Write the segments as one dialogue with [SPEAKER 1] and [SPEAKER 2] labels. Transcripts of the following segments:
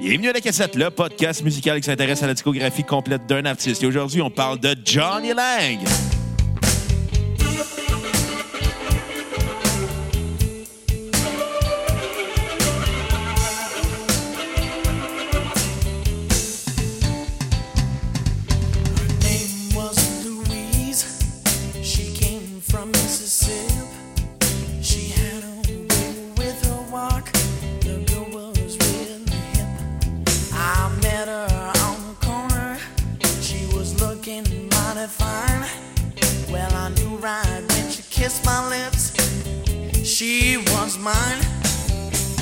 [SPEAKER 1] Bienvenue à la cassette, le podcast musical qui s'intéresse à la discographie complète d'un artiste. Et aujourd'hui, on parle de Johnny Lang.
[SPEAKER 2] name was Louise. She came from Mississippi. She had a way with her walk. The girl was really hip. I met her on the corner. She was looking mighty fine. Well, I knew right when she kissed my lips. She was mine.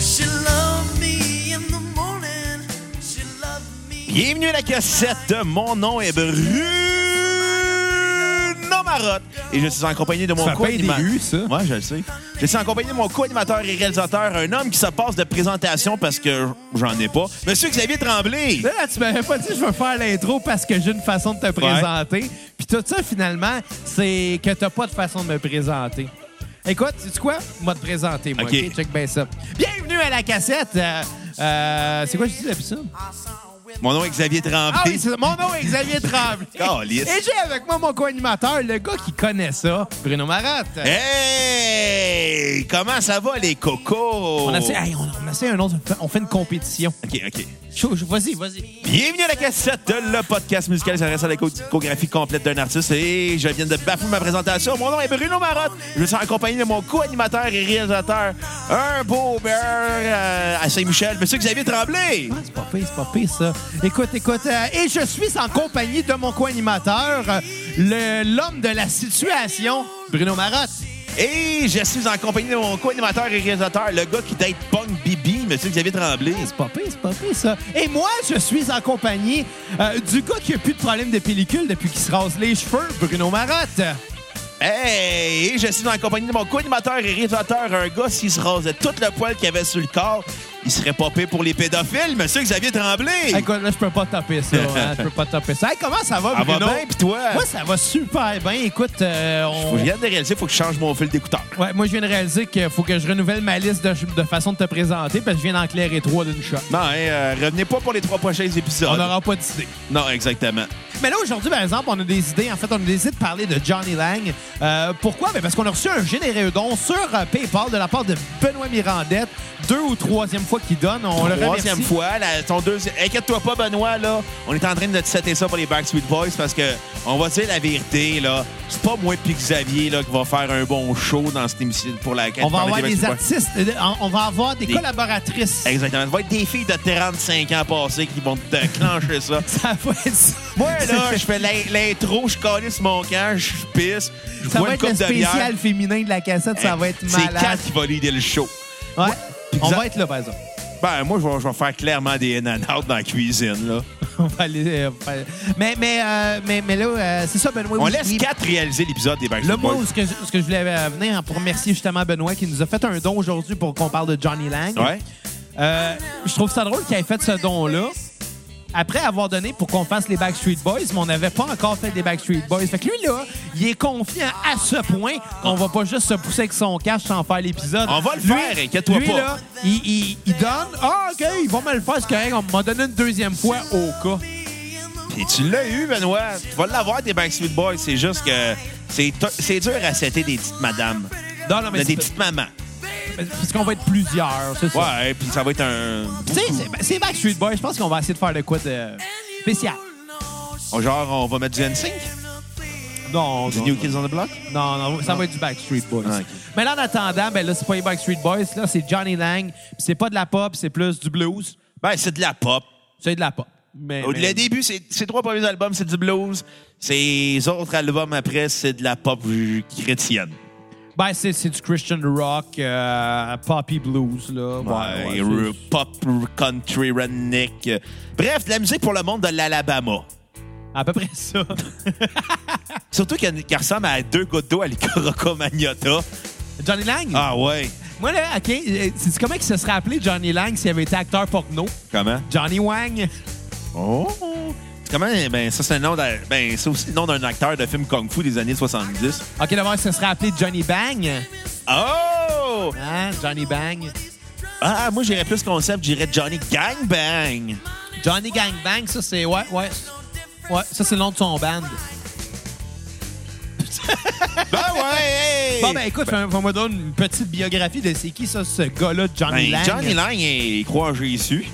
[SPEAKER 2] She loved me in the morning. She loved me.
[SPEAKER 1] Bienvenue à la cassette. Mon nom est Bruno Marotte. Et je suis en compagnie de mon
[SPEAKER 3] Ça fait
[SPEAKER 1] co-animateur.
[SPEAKER 3] bien aigu, ça.
[SPEAKER 1] Ouais, je le sais. Je suis en compagnie de mon co-animateur et réalisateur, un homme qui se passe de présentation parce que j'en ai pas. Monsieur Xavier Tremblay.
[SPEAKER 3] Là, tu m'avais pas dit je veux faire l'intro parce que j'ai une façon de te présenter. Puis tout ça, finalement, c'est que t'as pas de façon de me présenter. Écoute, sais-tu quoi? Moi, te présenter, moi.
[SPEAKER 1] OK.
[SPEAKER 3] OK, check bien ça. Bienvenue à la cassette. Euh, euh, c'est quoi je dis l'épisode?
[SPEAKER 1] Mon nom est Xavier Tremblay.
[SPEAKER 3] Ah oui, c'est mon nom est Xavier Tremblay.
[SPEAKER 1] Calisse.
[SPEAKER 3] Et j'ai avec moi mon co-animateur, le gars qui connaît ça, Bruno Marotte.
[SPEAKER 1] Hey! Comment ça va, les cocos?
[SPEAKER 3] On, a fait, hey, on, on essaie un autre, on fait une compétition.
[SPEAKER 1] OK, OK.
[SPEAKER 3] Chou- chou- Vas-y, vas-y.
[SPEAKER 1] Bienvenue à la cassette, le podcast musical qui s'adresse à la discographie complète d'un artiste. Et je viens de bafouer ma présentation. Mon nom est Bruno Marotte. Je suis en compagnie de mon co-animateur et réalisateur, un beau beurre à Saint-Michel, Monsieur Xavier Tremblay.
[SPEAKER 3] Ah, c'est pas pire, c'est pas pire, ça. Écoute, écoute, euh, et je suis en compagnie de mon co-animateur, euh, le- l'homme de la situation, Bruno Marotte.
[SPEAKER 1] Et je suis en compagnie de mon co-animateur et réalisateur, le gars qui date Punk Bibi, Monsieur Xavier Tremblay.
[SPEAKER 3] C'est pas pire, c'est pas pire, ça. Et moi, je suis en compagnie euh, du gars qui a plus de problème de pellicule depuis qu'il se rase les cheveux, Bruno Marotte.
[SPEAKER 1] Hey! Et je suis en compagnie de mon co-animateur et réalisateur, un gars, s'il se rasait tout le poil qu'il avait sur le corps, il serait popé pour les pédophiles, Monsieur Xavier Tremblay.
[SPEAKER 3] Écoute, là, je peux pas taper ça. hein, je peux pas taper ça. Hey, comment ça va,
[SPEAKER 1] Ça va
[SPEAKER 3] Bruno?
[SPEAKER 1] bien, puis toi?
[SPEAKER 3] Moi, ça va super bien. Écoute, euh, on...
[SPEAKER 1] Faut que je viens de réaliser, faut que je change mon fil d'écouteur.
[SPEAKER 3] Ouais, moi, je viens de réaliser qu'il faut que je renouvelle ma liste de, de façon de te présenter parce que je viens d'enclairer trois d'une shot.
[SPEAKER 1] Non, hein, euh, revenez pas pour les trois prochains épisodes.
[SPEAKER 3] On n'aura pas d'idée.
[SPEAKER 1] Non, exactement.
[SPEAKER 3] Mais là, aujourd'hui, par exemple, on a des idées. En fait, on a des idées de parler de Johnny Lang. Euh, pourquoi? Ben, parce qu'on a reçu un généreux don sur euh, PayPal de la part de Benoît Mirandette. Deux ou troisième fois qu'il donne. On le
[SPEAKER 1] Troisième
[SPEAKER 3] remercie.
[SPEAKER 1] fois, la- ton deuxième. Inquiète-toi pas, Benoît, là. On est en train de te setter ça pour les Backstreet Boys parce que, on va dire la vérité, là. C'est pas moi pis Xavier, là, qui va faire un bon show dans cette émission pour la
[SPEAKER 3] On va
[SPEAKER 1] pour
[SPEAKER 3] avoir
[SPEAKER 1] les
[SPEAKER 3] des
[SPEAKER 1] Backstreet Boys.
[SPEAKER 3] artistes, euh, on- on va avoir des,
[SPEAKER 1] Des-
[SPEAKER 3] collaboratrices.
[SPEAKER 1] Exactement. Ça va être des filles de 35 ans passées qui vont te clencher ça.
[SPEAKER 3] Ça va être ça.
[SPEAKER 1] Moi, là, je fais l'in- l'intro, je calisse mon camp, je pisse, je
[SPEAKER 3] Ça
[SPEAKER 1] bois une
[SPEAKER 3] va être le
[SPEAKER 1] coupe de bière. Eh,
[SPEAKER 3] spécial féminin de la cassette. Ça va être
[SPEAKER 1] C'est
[SPEAKER 3] malade.
[SPEAKER 1] Kat qui va l'idée le show.
[SPEAKER 3] Ouais.
[SPEAKER 1] Puis
[SPEAKER 3] On
[SPEAKER 1] ça-
[SPEAKER 3] va être là, par exemple.
[SPEAKER 1] Ben, moi, je vais, je vais faire clairement des in and out dans la cuisine, là.
[SPEAKER 3] On va aller, euh, faire- Mais, mais, euh, mais, mais là, euh, c'est ça, Benoît.
[SPEAKER 1] On
[SPEAKER 3] oui,
[SPEAKER 1] laisse
[SPEAKER 3] il-
[SPEAKER 1] Kat réaliser l'épisode des Backstreet
[SPEAKER 3] Là, moi,
[SPEAKER 1] Boys.
[SPEAKER 3] où ce que, je- ce que je voulais euh, venir hein, pour remercier justement Benoît qui nous a fait un don aujourd'hui pour qu'on parle de Johnny Lang.
[SPEAKER 1] Ouais.
[SPEAKER 3] Euh, je trouve ça drôle qu'il ait fait ce don-là après avoir donné pour qu'on fasse les Backstreet Boys, mais on n'avait pas encore fait des Backstreet Boys. Fait que lui, là, il est confiant à ce point qu'on va pas juste se pousser avec son cash sans faire l'épisode.
[SPEAKER 1] On va le
[SPEAKER 3] Lui-
[SPEAKER 1] faire, inquiète-toi
[SPEAKER 3] lui,
[SPEAKER 1] pas.
[SPEAKER 3] Là, il, il- il donne. Ah, OK, ils vont me le faire, c'est correct. On m'a donné une deuxième fois au cas.
[SPEAKER 1] Puis tu l'as eu, Benoît. Tu vas l'avoir des Backstreet Boys. C'est juste que c'est t- c'est dur à setter des petites madames.
[SPEAKER 3] Non, non, mais
[SPEAKER 1] des
[SPEAKER 3] c'est-
[SPEAKER 1] petites mamans.
[SPEAKER 3] parce qu'on va être plusieurs, c'est ça.
[SPEAKER 1] Ouais, puis ça va être un...
[SPEAKER 3] Tu sais, c'est- ben, c'est Backstreet Boys. Je pense qu'on va essayer de faire le quoi de spécial.
[SPEAKER 1] On- Genre, on va mettre du NSYNC,
[SPEAKER 3] Non,
[SPEAKER 1] du
[SPEAKER 3] non,
[SPEAKER 1] New Kids on the Block.
[SPEAKER 3] non, non, ça va être du Backstreet Boys.
[SPEAKER 1] Ah, ok.
[SPEAKER 3] Mais là, en attendant, ben là, c'est pas les Backstreet Boys, là, c'est Johnny Lang. Puis c'est pas de la pop, c'est plus du blues.
[SPEAKER 1] Ben, c'est de la pop.
[SPEAKER 3] C'est de la pop. Mais,
[SPEAKER 1] Au
[SPEAKER 3] mais-
[SPEAKER 1] le début, c'est- ces trois premiers albums, c'est du blues. Ces autres albums après, c'est de la pop euh, chrétienne.
[SPEAKER 3] Ben, c'est, c'est du Christian rock, euh, poppy blues, là. Ouais,
[SPEAKER 1] Ouais,
[SPEAKER 3] ouais,
[SPEAKER 1] r-
[SPEAKER 3] c'est-
[SPEAKER 1] pop, r- country, redneck. euh. Bref, de la musique pour le monde de l'Alabama.
[SPEAKER 3] à peu près ça.
[SPEAKER 1] Surtout qu'elle qu'elle ressemble à deux gouttes d'eau à l'Icoroco Magnata.
[SPEAKER 3] Johnny Lang?
[SPEAKER 1] Ah ouais.
[SPEAKER 3] Moi, là, OK, c'est comment il se serait appelé Johnny Lang s'il avait été acteur porno?
[SPEAKER 1] Comment?
[SPEAKER 3] Johnny Wang?
[SPEAKER 1] Oh! Comment? Ben, ça, c'est le nom d'un- ben, c'est aussi le nom d'un acteur de film Kung Fu des années 70.
[SPEAKER 3] OK, d'abord, il se serait appelé Johnny Bang.
[SPEAKER 1] Oh!
[SPEAKER 3] Hein, Johnny Bang.
[SPEAKER 1] Ah, moi, j'irais plus concept, j'irais Johnny Gangbang.
[SPEAKER 3] Johnny Gangbang, ça c'est. Ouais, ouais. Ouais, ça c'est le nom de son band.
[SPEAKER 1] Ben ouais! hey!
[SPEAKER 3] Bon, ben écoute, fais- fais-moi donner une petite biographie de c'est qui ça, ce gars-là, Johnny
[SPEAKER 1] Ben,
[SPEAKER 3] Lang.
[SPEAKER 1] Johnny Lang, il croit en Jésus.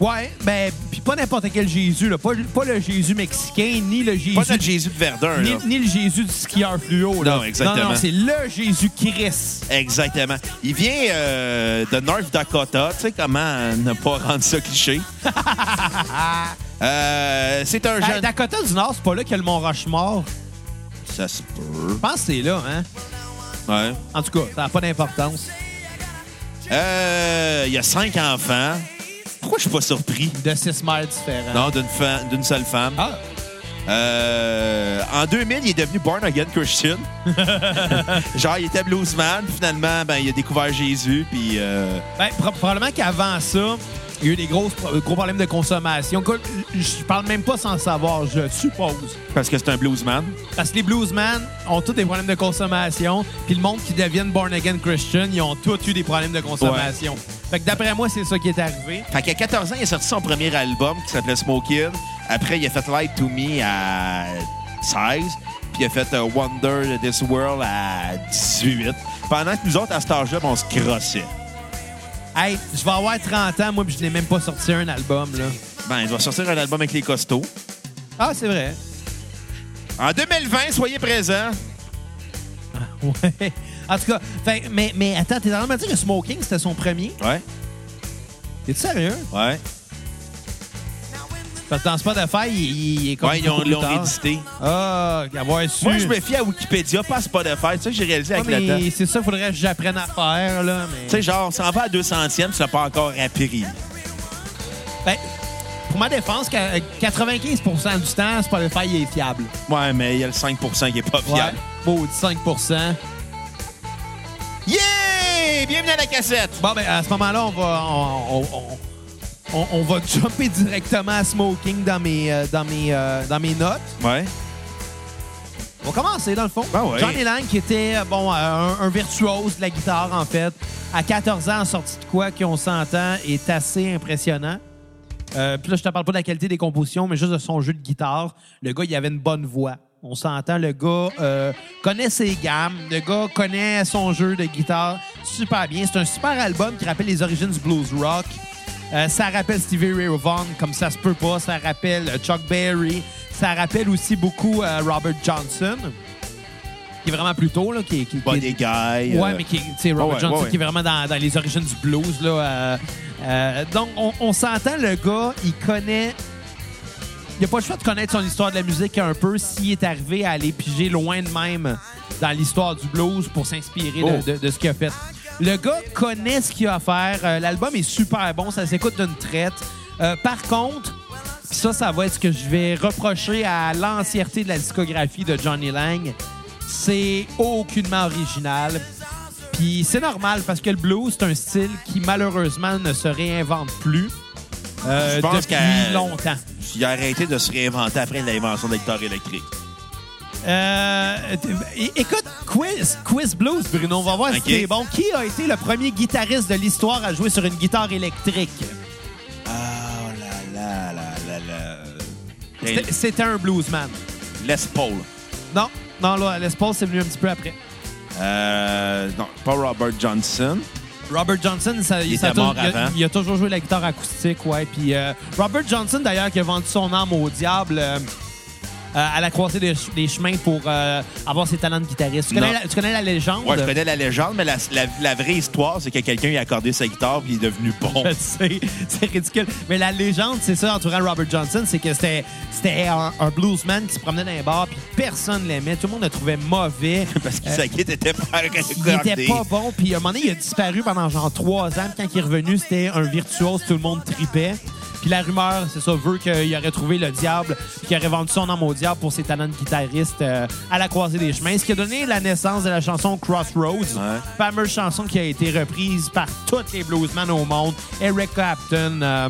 [SPEAKER 3] Ouais, ben, puis pas n'importe quel Jésus, là. Pas, pas le Jésus mexicain, ni le Jésus.
[SPEAKER 1] Pas notre Jésus de Verdun, là.
[SPEAKER 3] ni, ni le Jésus du skieur fluo, là.
[SPEAKER 1] Non, exactement.
[SPEAKER 3] Non, non, c'est le Jésus-Christ.
[SPEAKER 1] Exactement. Il vient euh, de North Dakota. Tu sais comment ne pas rendre ça cliché? Euh, c'est un
[SPEAKER 3] Hey,
[SPEAKER 1] jeune...
[SPEAKER 3] Dakota du Nord, c'est pas là qu'il y a le Mont Rochemort.
[SPEAKER 1] ça se peut.
[SPEAKER 3] Je pense que c'est là, hein.
[SPEAKER 1] Ouais.
[SPEAKER 3] En tout cas, ça n'a pas d'importance.
[SPEAKER 1] Euh, il y a cinq enfants. Pourquoi je suis pas surpris?
[SPEAKER 3] De six miles différents.
[SPEAKER 1] Non, d'une fa- d'une seule femme.
[SPEAKER 3] Ah,
[SPEAKER 1] Euh, en 2000, il est devenu born again Christian. Genre, il était bluesman, puis finalement, ben, il a découvert Jésus, puis euh,
[SPEAKER 3] ben, pro- probablement qu'avant ça, il y a eu des grosses, pro- euh, gros problèmes de consommation. Écoute, Je parle même pas sans le savoir, je suppose.
[SPEAKER 1] parce que c'est un bluesman.
[SPEAKER 3] Parce que les bluesmen ont tous des problèmes de consommation, puis le monde qui deviennent born again Christian, ils ont tous eu des problèmes de consommation. Fait que d'après moi, c'est ça qui est arrivé.
[SPEAKER 1] Fait qu'à 14 ans, il a sorti son premier album qui s'appelait Smokin'. Après, il a fait Light to Me à 16. Puis il a fait euh, Wonder This World à 18. Pendant que nous autres, à cet âge-là, ben, on se crossait.
[SPEAKER 3] Hey, je vais avoir 30 ans, moi, puis je n'ai même pas sorti un album, là.
[SPEAKER 1] Ben, il va sortir un album avec les costauds.
[SPEAKER 3] Ah, c'est vrai.
[SPEAKER 1] En 2020, soyez présents.
[SPEAKER 3] Ouais. En tout cas, fait- mais, mais attends, t'es en train de me dire que Smoking, c'était son premier?
[SPEAKER 1] Ouais,
[SPEAKER 3] T'es sérieux?
[SPEAKER 1] ouais.
[SPEAKER 3] Parce que dans Spotify, il, il est comme
[SPEAKER 1] Ouais, ils ont-
[SPEAKER 3] beaucoup
[SPEAKER 1] l'ont
[SPEAKER 3] plus tard.
[SPEAKER 1] réédité.
[SPEAKER 3] Ah, avoir su.
[SPEAKER 1] Moi, je me fie à Wikipédia, pas à Spotify. Tu sais, j'ai réalisé
[SPEAKER 3] Ouais,
[SPEAKER 1] avec le temps.
[SPEAKER 3] mais c'est ça, faudrait que j'apprenne à faire, là. Mais...
[SPEAKER 1] Tu sais, genre, ça en va à 200e, tu l'as pas encore appris.
[SPEAKER 3] Ben, pour ma défense, euh, qu'à- 95 du temps, Spotify il est fiable.
[SPEAKER 1] Ouais, mais il y a le 5 qui est pas fiable.
[SPEAKER 3] Beau, 5 Bon,
[SPEAKER 1] Yeah! Bienvenue à la cassette!
[SPEAKER 3] ben, à ce moment-là, on va. On, on- on- on- on va jumper directement à smoking dans mes, euh, dans mes, euh, dans mes notes.
[SPEAKER 1] Ouais.
[SPEAKER 3] On va commencer, dans le fond.
[SPEAKER 1] Ben ouais.
[SPEAKER 3] Johnny Lang, qui était euh, bon, euh, un, un virtuose de la guitare, en fait, à 14 ans, sorti de quoi qu'on s'entend, est assez impressionnant. Euh, Puis là, je te parle pas de la qualité des compositions, mais juste de son jeu de guitare. Le gars, il avait une bonne voix. On s'entend, le gars euh, connaît ses gammes, le gars connaît son jeu de guitare super bien. C'est un super album qui rappelle les origines du blues rock. Euh, ça rappelle Stevie Ray Vaughan, comme ça se peut pas. Ça rappelle euh, Chuck Berry. Ça rappelle aussi beaucoup euh, Robert Johnson, qui est vraiment plus tôt, là, qui, qui- qui est-
[SPEAKER 1] Body Guy.
[SPEAKER 3] Ouais,
[SPEAKER 1] euh,
[SPEAKER 3] mais qui, tu sais, Robert
[SPEAKER 1] ouais,
[SPEAKER 3] Johnson,
[SPEAKER 1] ouais, ouais.
[SPEAKER 3] qui est vraiment dans, dans les origines du blues. Là, euh, euh, donc, on, on s'entend, le gars, il connaît. Il a pas le choix de connaître son histoire de la musique un peu s'il est arrivé à aller piger loin de même dans l'histoire du blues pour s'inspirer
[SPEAKER 1] Oh.
[SPEAKER 3] de, de- de ce qu'il a fait. Le gars connaît ce qu'il a à faire. Euh, L'album est super bon, ça s'écoute d'une traite. Euh, par contre, pis ça, ça va être ce que je vais reprocher à l'entièreté de la discographie de Johnny Lang. C'est aucunement original. Puis c'est normal parce que le blues, c'est un style qui malheureusement ne se réinvente plus euh,
[SPEAKER 1] Je pense
[SPEAKER 3] depuis
[SPEAKER 1] qu'à-
[SPEAKER 3] longtemps.
[SPEAKER 1] Il a arrêté de se réinventer après l'invention de la guitare électrique.
[SPEAKER 3] Euh, t- é- écoute, quiz, quiz blues, Bruno, on va voir
[SPEAKER 1] Ok.
[SPEAKER 3] si c'est bon. Qui a été le premier guitariste de l'histoire à jouer sur une guitare électrique?
[SPEAKER 1] Oh
[SPEAKER 3] Ah,
[SPEAKER 1] là là là là là.
[SPEAKER 3] C'était- C'était un bluesman.
[SPEAKER 1] Les Paul.
[SPEAKER 3] Non, non, là, Les Paul, c'est venu un petit peu après.
[SPEAKER 1] Euh, non, pas Robert Johnson.
[SPEAKER 3] Robert Johnson, ça,
[SPEAKER 1] Il
[SPEAKER 3] ça
[SPEAKER 1] était mort
[SPEAKER 3] tou- il a,
[SPEAKER 1] avant.
[SPEAKER 3] il a toujours joué la guitare acoustique, ouais. Puis euh, Robert Johnson, d'ailleurs, qui a vendu son âme au diable euh, euh, à la croisée des, ch- des chemins pour euh, avoir ses talents de guitariste. Tu connais,
[SPEAKER 1] Non.
[SPEAKER 3] la, tu connais la légende?
[SPEAKER 1] Ouais, je connais la légende, mais la, la- la vraie histoire, c'est que quelqu'un lui a accordé sa guitare puis il est devenu bon.
[SPEAKER 3] Je le sais, c'est ridicule. Mais la légende, c'est ça, entourant Robert Johnson, c'est que c'était c'était un, un bluesman qui se promenait dans les bars, puis personne l'aimait. Tout le monde le trouvait mauvais.
[SPEAKER 1] Parce que
[SPEAKER 3] Euh,
[SPEAKER 1] sa guitare était pas
[SPEAKER 3] il était
[SPEAKER 1] accordée.
[SPEAKER 3] pas bon. Puis à un moment donné, il a disparu pendant genre trois ans. Puis quand il est revenu, c'était un virtuose, tout le monde tripait. Puis la rumeur, c'est ça, veut qu'il aurait trouvé le diable, puis qu'il aurait vendu son âme au diable pour ses talents de guitariste euh, à la croisée des chemins. Ce qui a donné la naissance de la chanson Crossroads,
[SPEAKER 1] Ouais.
[SPEAKER 3] fameuse chanson qui a été reprise par tous les bluesmen au monde. Eric Clapton, euh,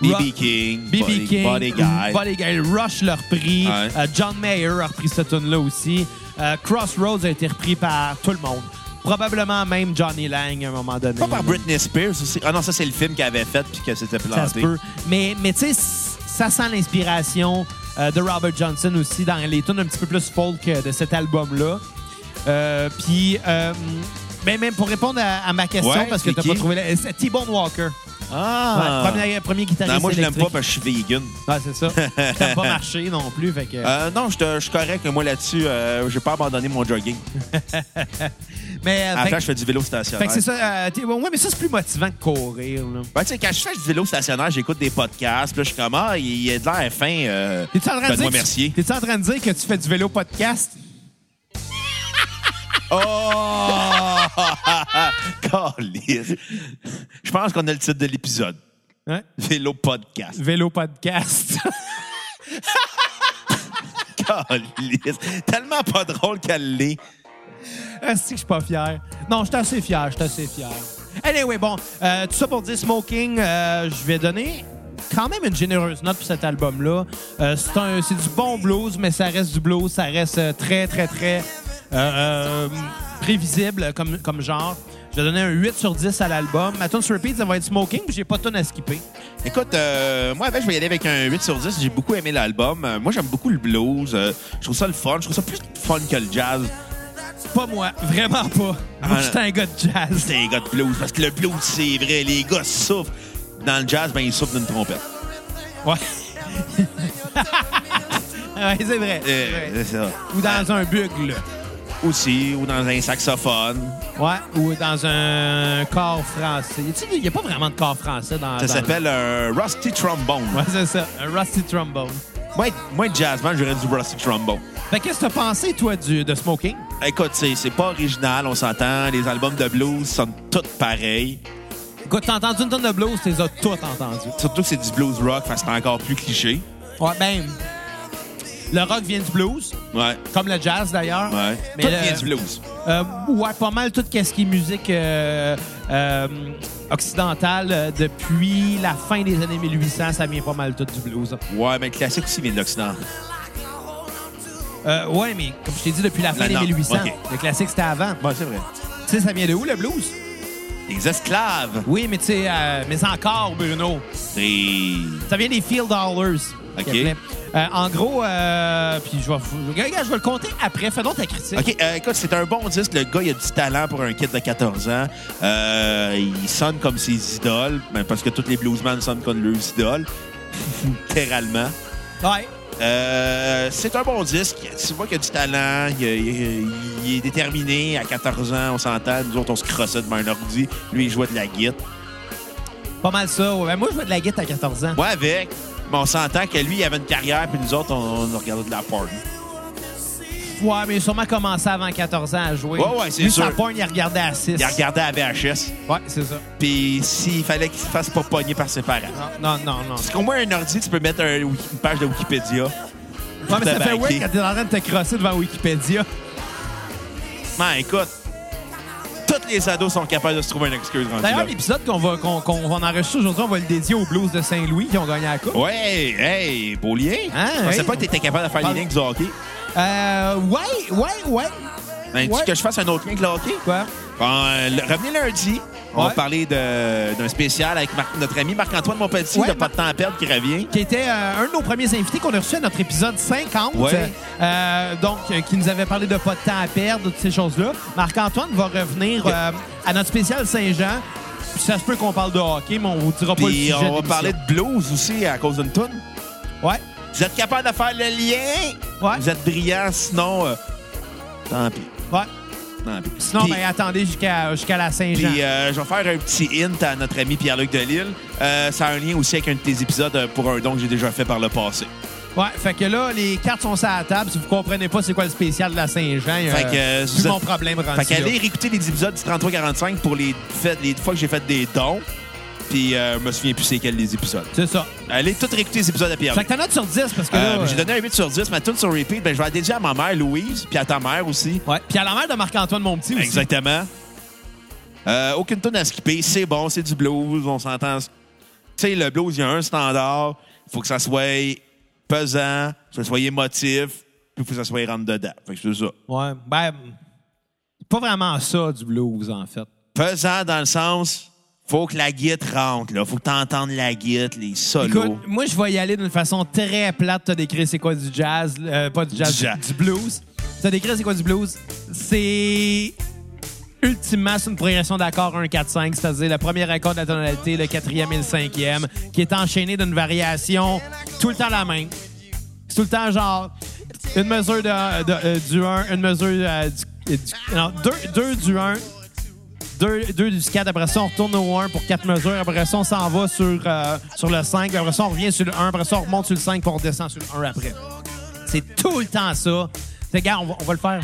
[SPEAKER 1] B.B. King.
[SPEAKER 3] B.B.
[SPEAKER 1] Body-
[SPEAKER 3] King,
[SPEAKER 1] Body Guy.
[SPEAKER 3] Body Guy, Rush l'a repris,
[SPEAKER 1] Ouais.
[SPEAKER 3] euh, John Mayer a repris cette tune là aussi, Euh, Crossroads a été repris par tout le monde. probablement même Johnny Lang à un moment donné.
[SPEAKER 1] Pas par Britney Spears aussi. Ah non, ça, c'est le film qu'elle avait fait puis que c'était planté.
[SPEAKER 3] Ça se peut. Mais, mais tu sais, ça sent l'inspiration euh, de Robert Johnson aussi dans les tunes un petit peu plus folk euh, de cet album-là. Euh, Puis, euh, mais même pour répondre à, à ma question,
[SPEAKER 1] Ouais,
[SPEAKER 3] parce que
[SPEAKER 1] c'est
[SPEAKER 3] t'as
[SPEAKER 1] qui?
[SPEAKER 3] pas trouvé... la- C'est T-Bone Walker.
[SPEAKER 1] Ah!
[SPEAKER 3] Ouais, premier, premier guitariste
[SPEAKER 1] non, moi, je l'aime pas
[SPEAKER 3] électrique.
[SPEAKER 1] parce que je suis vegan.
[SPEAKER 3] Ah, c'est ça. Ça n'a pas marché non plus. Fait que...
[SPEAKER 1] Euh, non, je te- je suis correct. Moi, là-dessus, euh, j'ai pas abandonné mon jogging.
[SPEAKER 3] mais, euh,
[SPEAKER 1] À la
[SPEAKER 3] fait,
[SPEAKER 1] place, Ah, je fais du vélo stationnaire.
[SPEAKER 3] fait que c'est ça. euh, t'es- ouais, mais ça, c'est plus motivant que courir. Là.
[SPEAKER 1] Ben, tu sais, quand je fais du vélo stationnaire, j'écoute des podcasts. Puis là, je suis comme, ah, il il a de l'air fin. Euh,
[SPEAKER 3] T'es-tu en, train de dire
[SPEAKER 1] Benoît
[SPEAKER 3] que-
[SPEAKER 1] Mercier.
[SPEAKER 3] t'es-tu en train de dire que tu fais du vélo podcast?
[SPEAKER 1] Oh! Calisse. Je pense qu'on a le titre de l'épisode.
[SPEAKER 3] Hein?
[SPEAKER 1] Vélo podcast.
[SPEAKER 3] Vélo podcast.
[SPEAKER 1] Calisse. Tellement pas drôle qu'elle l'est.
[SPEAKER 3] Est-ce que je suis pas fier? Non, je suis assez fier, je suis assez fier. Anyway, bon, euh, tout ça pour dire smoking, euh, je vais donner quand même une généreuse note pour cet album-là. Euh, c'est un- c'est du bon blues, mais ça reste du blues, ça reste euh, très, très, très euh, euh, prévisible comme, comme genre. Je vais donner un 8 sur 10 à l'album. Ma tune sur repeat, ça va être smoking, puis j'ai pas de tune à skipper.
[SPEAKER 1] Écoute, euh, moi, avec, je vais y aller avec un 8 sur 10. J'ai beaucoup aimé l'album. Euh, moi, j'aime beaucoup le blues. Euh, je trouve ça le fun. Je trouve ça plus fun que le jazz.
[SPEAKER 3] Pas moi, vraiment pas. Moi,
[SPEAKER 1] Ah,
[SPEAKER 3] je suis un gars de jazz.
[SPEAKER 1] C'est les gars de blues. Parce que le blues, c'est vrai. Les gars souffrent. Dans le jazz, ben, ils souffrent d'une trompette.
[SPEAKER 3] Ouais. ouais, c'est vrai. c'est
[SPEAKER 1] Euh,
[SPEAKER 3] vrai.
[SPEAKER 1] c'est ça.
[SPEAKER 3] Ou dans un bugle.
[SPEAKER 1] Aussi, ou dans un saxophone.
[SPEAKER 3] Ouais, ou dans un corps français. Il n'y a pas vraiment de corps français dans.
[SPEAKER 1] Ça
[SPEAKER 3] dans-
[SPEAKER 1] s'appelle un rusty trombone.
[SPEAKER 3] Ouais, c'est ça, un rusty trombone.
[SPEAKER 1] Moi, moi jazzman, j'aurais du rusty trombone.
[SPEAKER 3] Fait qu'est-ce que t'as pensé, toi, du, de Smoking?
[SPEAKER 1] Écoute, c'est c'est pas original, on s'entend. Les albums de blues sont tous pareils.
[SPEAKER 3] Écoute, t'as entendu une tonne de blues, t'es as toutes entendues.
[SPEAKER 1] Surtout que c'est du blues rock, parce que c'est encore plus cliché.
[SPEAKER 3] Ouais, ben. Le rock vient du blues,
[SPEAKER 1] Ouais,
[SPEAKER 3] comme le jazz d'ailleurs.
[SPEAKER 1] ouais.
[SPEAKER 3] Mais
[SPEAKER 1] Tout
[SPEAKER 3] le-
[SPEAKER 1] vient du blues.
[SPEAKER 3] Euh, ouais, pas mal tout ce qui est musique euh, euh, occidentale euh, depuis la fin des années 1800, ça vient pas mal tout du blues.
[SPEAKER 1] Ouais, mais le classique aussi vient de l'Occident.
[SPEAKER 3] Euh, ouais, mais comme je t'ai dit, depuis la fin
[SPEAKER 1] La norme,
[SPEAKER 3] des 1800.
[SPEAKER 1] ok.
[SPEAKER 3] Le classique, c'était avant.
[SPEAKER 1] Ouais, c'est vrai.
[SPEAKER 3] Tu sais, ça vient de où, le blues?
[SPEAKER 1] Les esclaves.
[SPEAKER 3] Oui, mais tu sais, euh, mais encore, Bruno.
[SPEAKER 1] C'est...
[SPEAKER 3] Ça vient des Field Dollars.
[SPEAKER 1] OK.
[SPEAKER 3] qu'il appelait. Euh, en gros, euh, puis je vais, fou- regarde, je vais le compter après. Fais donc ta critique.
[SPEAKER 1] OK, euh, écoute, c'est un bon disque. Le gars, il a du talent pour un kid de 14 ans. Euh, il sonne comme ses idoles, ben, parce que tous les bluesmen sonnent comme leurs idoles, littéralement.
[SPEAKER 3] Ouais.
[SPEAKER 1] Euh, c'est un bon disque. Tu vois qu'il a du talent, il, il- il est déterminé. À 14 ans, on s'entend. Nous autres, on se crossait devant un ordi. Lui, il jouait de la guitare.
[SPEAKER 3] Pas mal ça. Ouais. Ben, moi, je jouais de la guitare à 14 ans.
[SPEAKER 1] Moi, avec. Mais on s'entend que lui, il avait une carrière, puis nous autres, on, on regardait de la porn.
[SPEAKER 3] Ouais, mais il a sûrement commencé avant 14 ans à jouer.
[SPEAKER 1] Ouais, ouais, c'est
[SPEAKER 3] Lui,
[SPEAKER 1] sûr.
[SPEAKER 3] sa porn, il regardait à 6.
[SPEAKER 1] Il regardait à VHS.
[SPEAKER 3] Ouais, c'est ça.
[SPEAKER 1] Puis s'il fallait qu'il se fasse pas pogner par ses parents.
[SPEAKER 3] Non, non, non. non.
[SPEAKER 1] Parce qu'au moins, un ordi, tu peux mettre un wiki- une page de Wikipédia.
[SPEAKER 3] Ouais, mais ça
[SPEAKER 1] T'as
[SPEAKER 3] fait weird
[SPEAKER 1] backé.
[SPEAKER 3] quand t'es en train de te crosser devant Wikipédia.
[SPEAKER 1] Non, écoute, tous les ados sont capables de se trouver une excuse rendu là.
[SPEAKER 3] D'ailleurs, l'épisode qu'on va, qu'on, qu'on va enregistrer aujourd'hui, on va le dédier aux Blues de Saint-Louis qui ont gagné la Coupe.
[SPEAKER 1] Ouais, hey, beau lien.
[SPEAKER 3] Hein,
[SPEAKER 1] je pensais
[SPEAKER 3] hey.
[SPEAKER 1] pas que t'étais capable de faire
[SPEAKER 3] Parle-
[SPEAKER 1] les liens avec du hockey.
[SPEAKER 3] Euh, ouais, ouais, ouais.
[SPEAKER 1] Ben,
[SPEAKER 3] Ouais.
[SPEAKER 1] Tu que je fasse un autre lien avec le hockey?
[SPEAKER 3] Quoi?
[SPEAKER 1] Ben, le- revenez lundi. On va
[SPEAKER 3] Ouais.
[SPEAKER 1] parler de- d'un spécial avec Mar- notre ami Marc-Antoine Montpetit
[SPEAKER 3] Ouais,
[SPEAKER 1] de Pas de temps à perdre qui revient.
[SPEAKER 3] qui était euh, un de nos premiers invités qu'on a reçu à notre épisode 50.
[SPEAKER 1] Ouais.
[SPEAKER 3] Euh, donc, euh, qui nous avait parlé de pas de temps à perdre, toutes ces choses-là. Marc-Antoine va revenir euh, à notre spécial Saint-Jean. Puis ça se peut qu'on parle de hockey, mais on vous dira pas le
[SPEAKER 1] Puis
[SPEAKER 3] sujet
[SPEAKER 1] on va
[SPEAKER 3] de
[SPEAKER 1] parler de blues aussi à cause d'une toune.
[SPEAKER 3] l'émission. Ouais.
[SPEAKER 1] Vous êtes capable de faire le lien?
[SPEAKER 3] Ouais.
[SPEAKER 1] Vous êtes brillants, sinon... euh, tant pis,
[SPEAKER 3] Ouais.
[SPEAKER 1] tant pis.
[SPEAKER 3] Sinon,
[SPEAKER 1] Puis-
[SPEAKER 3] ben, attendez jusqu'à jusqu'à la Saint-Jean.
[SPEAKER 1] Puis euh, je vais faire un petit hint à notre ami Pierre-Luc Delille. Euh, ça a un lien aussi avec un de tes épisodes euh, pour un don que j'ai déjà fait par le passé.
[SPEAKER 3] Ouais, fait que là, les cartes sont sur la table. Si vous comprenez pas c'est quoi le spécial de la Saint-Jean, euh,
[SPEAKER 1] Fait que, euh,
[SPEAKER 3] Ah, c'est
[SPEAKER 1] vous
[SPEAKER 3] plus
[SPEAKER 1] êtes-
[SPEAKER 3] mon problème rendu
[SPEAKER 1] Fait qu'aller
[SPEAKER 3] là.
[SPEAKER 1] réécouter les épisodes du 33-45 pour les, fait- les fois que j'ai fait des dons. Puis euh, je me souviens plus c'est quels les épisodes.
[SPEAKER 3] C'est ça.
[SPEAKER 1] Allez tout réécouter les épisodes à Pierre.
[SPEAKER 3] Fait que t'as note sur 10 parce que
[SPEAKER 1] Euh,
[SPEAKER 3] là.
[SPEAKER 1] J'ai donné un 8 sur 10, ma tune sur repeat, ben, je vais la dédier à ma mère Louise, puis à ta mère aussi.
[SPEAKER 3] euh, Ouais. Puis à la mère de Marc-Antoine Monpetit aussi.
[SPEAKER 1] Exactement. Euh, aucune tune à skipper, c'est bon, c'est du blues, on s'entend. Tu sais, le blues, il y a un standard, il faut que ça soit pesant, que ça soit émotif, puis il faut que ça soit rentre dedans. Fait que c'est ça.
[SPEAKER 3] Ouais, ben. pas vraiment ça du blues, en fait.
[SPEAKER 1] Pesant dans le sens, faut que la guite rentre, là. Faut que t'entendes la guite, les solos.
[SPEAKER 3] Écoute, moi, je vais y aller d'une façon très plate. T'as décrit c'est quoi du jazz, euh, pas du jazz,
[SPEAKER 1] Du
[SPEAKER 3] du,
[SPEAKER 1] jazz.
[SPEAKER 3] du blues. T'as décrit c'est quoi du blues. C'est ultimement c'est une progression d'accords 1, 4, 5, c'est-à-dire le premier accord de la tonalité, le quatrième et le cinquième, qui est enchaîné d'une variation tout le temps la même. C'est tout le temps genre une mesure de, de- euh, du 1, une mesure euh, du, du- non, deux, deux du 1, deux, deux du 4, après ça, on retourne au 1 pour quatre mesures, après ça, on s'en va sur, euh, sur le 5, après ça, on revient sur le 1, après ça, on remonte sur le 5 pour on descend sur le 1 après. C'est tout le temps ça. Fait que, Regarde, on va, on va le faire.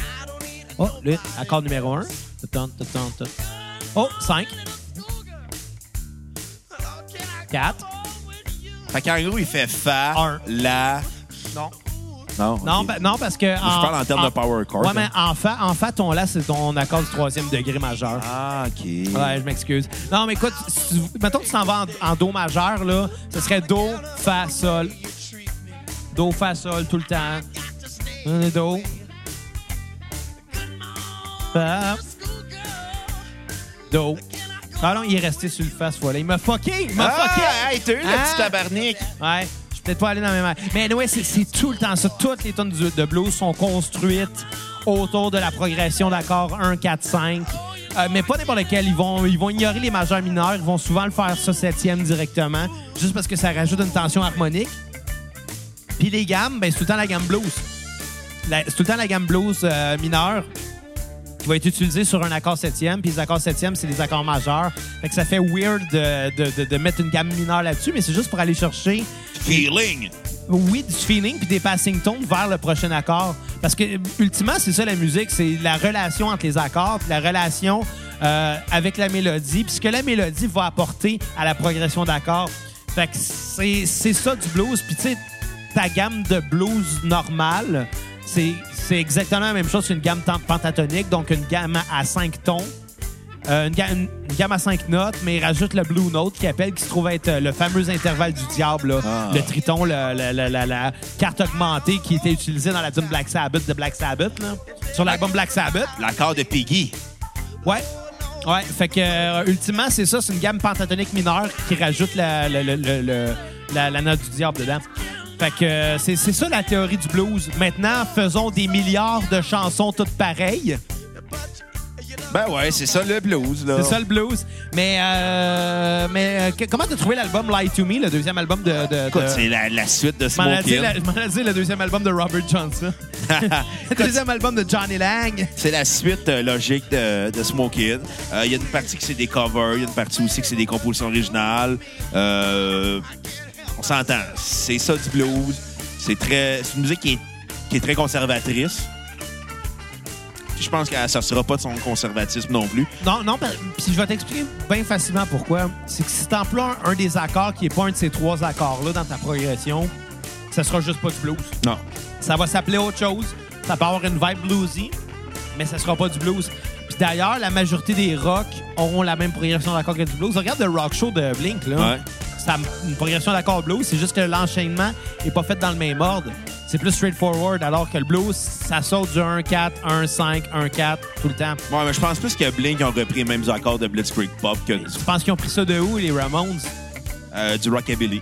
[SPEAKER 3] Oh, le accord numéro 1. Oh, 5. 4.
[SPEAKER 1] Fait qu'en gros, il fait fa,
[SPEAKER 3] Un.
[SPEAKER 1] la.
[SPEAKER 3] Non.
[SPEAKER 1] Non.
[SPEAKER 3] Non,
[SPEAKER 1] ok.
[SPEAKER 3] pa- non, parce que. en-
[SPEAKER 1] parle en termes de power chord,
[SPEAKER 3] Ouais,
[SPEAKER 1] hein.
[SPEAKER 3] mais en fa, en fa, ton la, c'est ton accord du troisième degré majeur.
[SPEAKER 1] Ah, OK.
[SPEAKER 3] Ouais, je m'excuse. Non, mais écoute, si tu- mettons que tu t'en vas en, en Do majeur, là, ce serait Do, Fa, Sol. Do, Fa, Sol, tout le temps. Euh, Do. Fa. Do. Ah non, il est resté sur le Fa, ce fois-là. Il m'a fucké! Il m'a fucké!
[SPEAKER 1] Ah, hey, t'as eu le petit
[SPEAKER 3] Ah.
[SPEAKER 1] tabarnak.
[SPEAKER 3] Ouais, je suis peut-être pas allé dans mes mains. Mais ouais, c'est c'est tout le temps ça. Toutes les tonnes du- de blues sont construites autour de la progression d'accords 1, 4, 5. Euh, mais pas n'importe lequel. Ils vont, ils vont ignorer les majeurs mineurs. Ils vont souvent le faire ça septième directement, juste parce que ça rajoute une tension harmonique. Puis les gammes, ben, c'est tout le temps la gamme blues. La- C'est tout le temps la gamme blues euh, mineure qui va être utilisée sur un accord septième. Puis les accords septième, c'est les accords majeurs. Fait que ça fait weird de, de- de- de mettre une gamme mineure là-dessus, mais c'est juste pour aller chercher
[SPEAKER 1] Feeling.
[SPEAKER 3] oui, du feeling puis des passing tones vers le prochain accord. Parce que, ultimement, c'est ça la musique, c'est la relation entre les accords, puis la relation euh, avec la mélodie, puis ce que la mélodie va apporter à la progression d'accords. Fait que c'est c'est ça du blues. Puis tu sais, ta gamme de blues normale, c'est c'est exactement la même chose qu'une gamme tan- pentatonique, donc une gamme à cinq tons. Euh, une, ga- une- une gamme à cinq notes, mais il rajoute le blue note qui appelle, qui se trouve être euh, le fameux intervalle du diable, là.
[SPEAKER 1] Ah.
[SPEAKER 3] le triton, le- le- le- la, la carte augmentée qui était utilisée dans la tune Black Sabbath de Black Sabbath, là. sur l'album Black Sabbath.
[SPEAKER 1] L'accord de Piggy.
[SPEAKER 3] Ouais. Ouais, fait que euh, ultimement, c'est ça, c'est une gamme pentatonique mineure qui rajoute la, le- le- le- le- la- la note du diable dedans. Fait que euh, c'est c'est ça la théorie du blues. Maintenant, faisons des milliards de chansons toutes pareilles.
[SPEAKER 1] Ben ouais, c'est ça le blues, là.
[SPEAKER 3] C'est ça le blues. Mais, euh, mais euh, que- comment t'as trouvé l'album Lie to Me, le deuxième album de. de,
[SPEAKER 1] Écoute,
[SPEAKER 3] de-
[SPEAKER 1] c'est la, la suite de
[SPEAKER 3] Je m'en ai dit
[SPEAKER 1] Smokin.
[SPEAKER 3] la- je m'en ai dit le deuxième album de Robert Johnson. le deuxième album de Johnny Lang.
[SPEAKER 1] C'est la suite euh, logique de, de Smokin. Il y a une partie que c'est des covers, il y a une partie aussi que c'est des compositions originales. Euh, on s'entend. C'est ça du blues. C'est très. C'est une musique qui est, qui est très conservatrice. Puis Je pense qu'elle ne sortira pas de son conservatisme non plus.
[SPEAKER 3] Non, non, ben, puis je vais t'expliquer bien facilement pourquoi. C'est que si t'emploies un, un des accords qui n'est pas un de ces trois accords-là dans ta progression, ça sera juste pas du blues.
[SPEAKER 1] Non.
[SPEAKER 3] Ça va s'appeler autre chose. Ça peut avoir une vibe bluesy, mais ça sera pas du blues. Puis d'ailleurs, la majorité des rocks auront la même progression d'accords que du blues. Regarde le rock show de Blink, là.
[SPEAKER 1] Ouais.
[SPEAKER 3] C'est une progression d'accords blues, c'est juste que l'enchaînement est pas fait dans le même ordre. C'est plus straightforward, alors que le blues, ça saute du 1-4, 1-5, 1-4 tout le temps.
[SPEAKER 1] Ouais, mais je pense plus que Blink ont repris les mêmes accords de Blitzkrieg Pop que du,
[SPEAKER 3] Tu penses qu'ils ont pris ça de où, les Ramones?
[SPEAKER 1] euh, du rockabilly.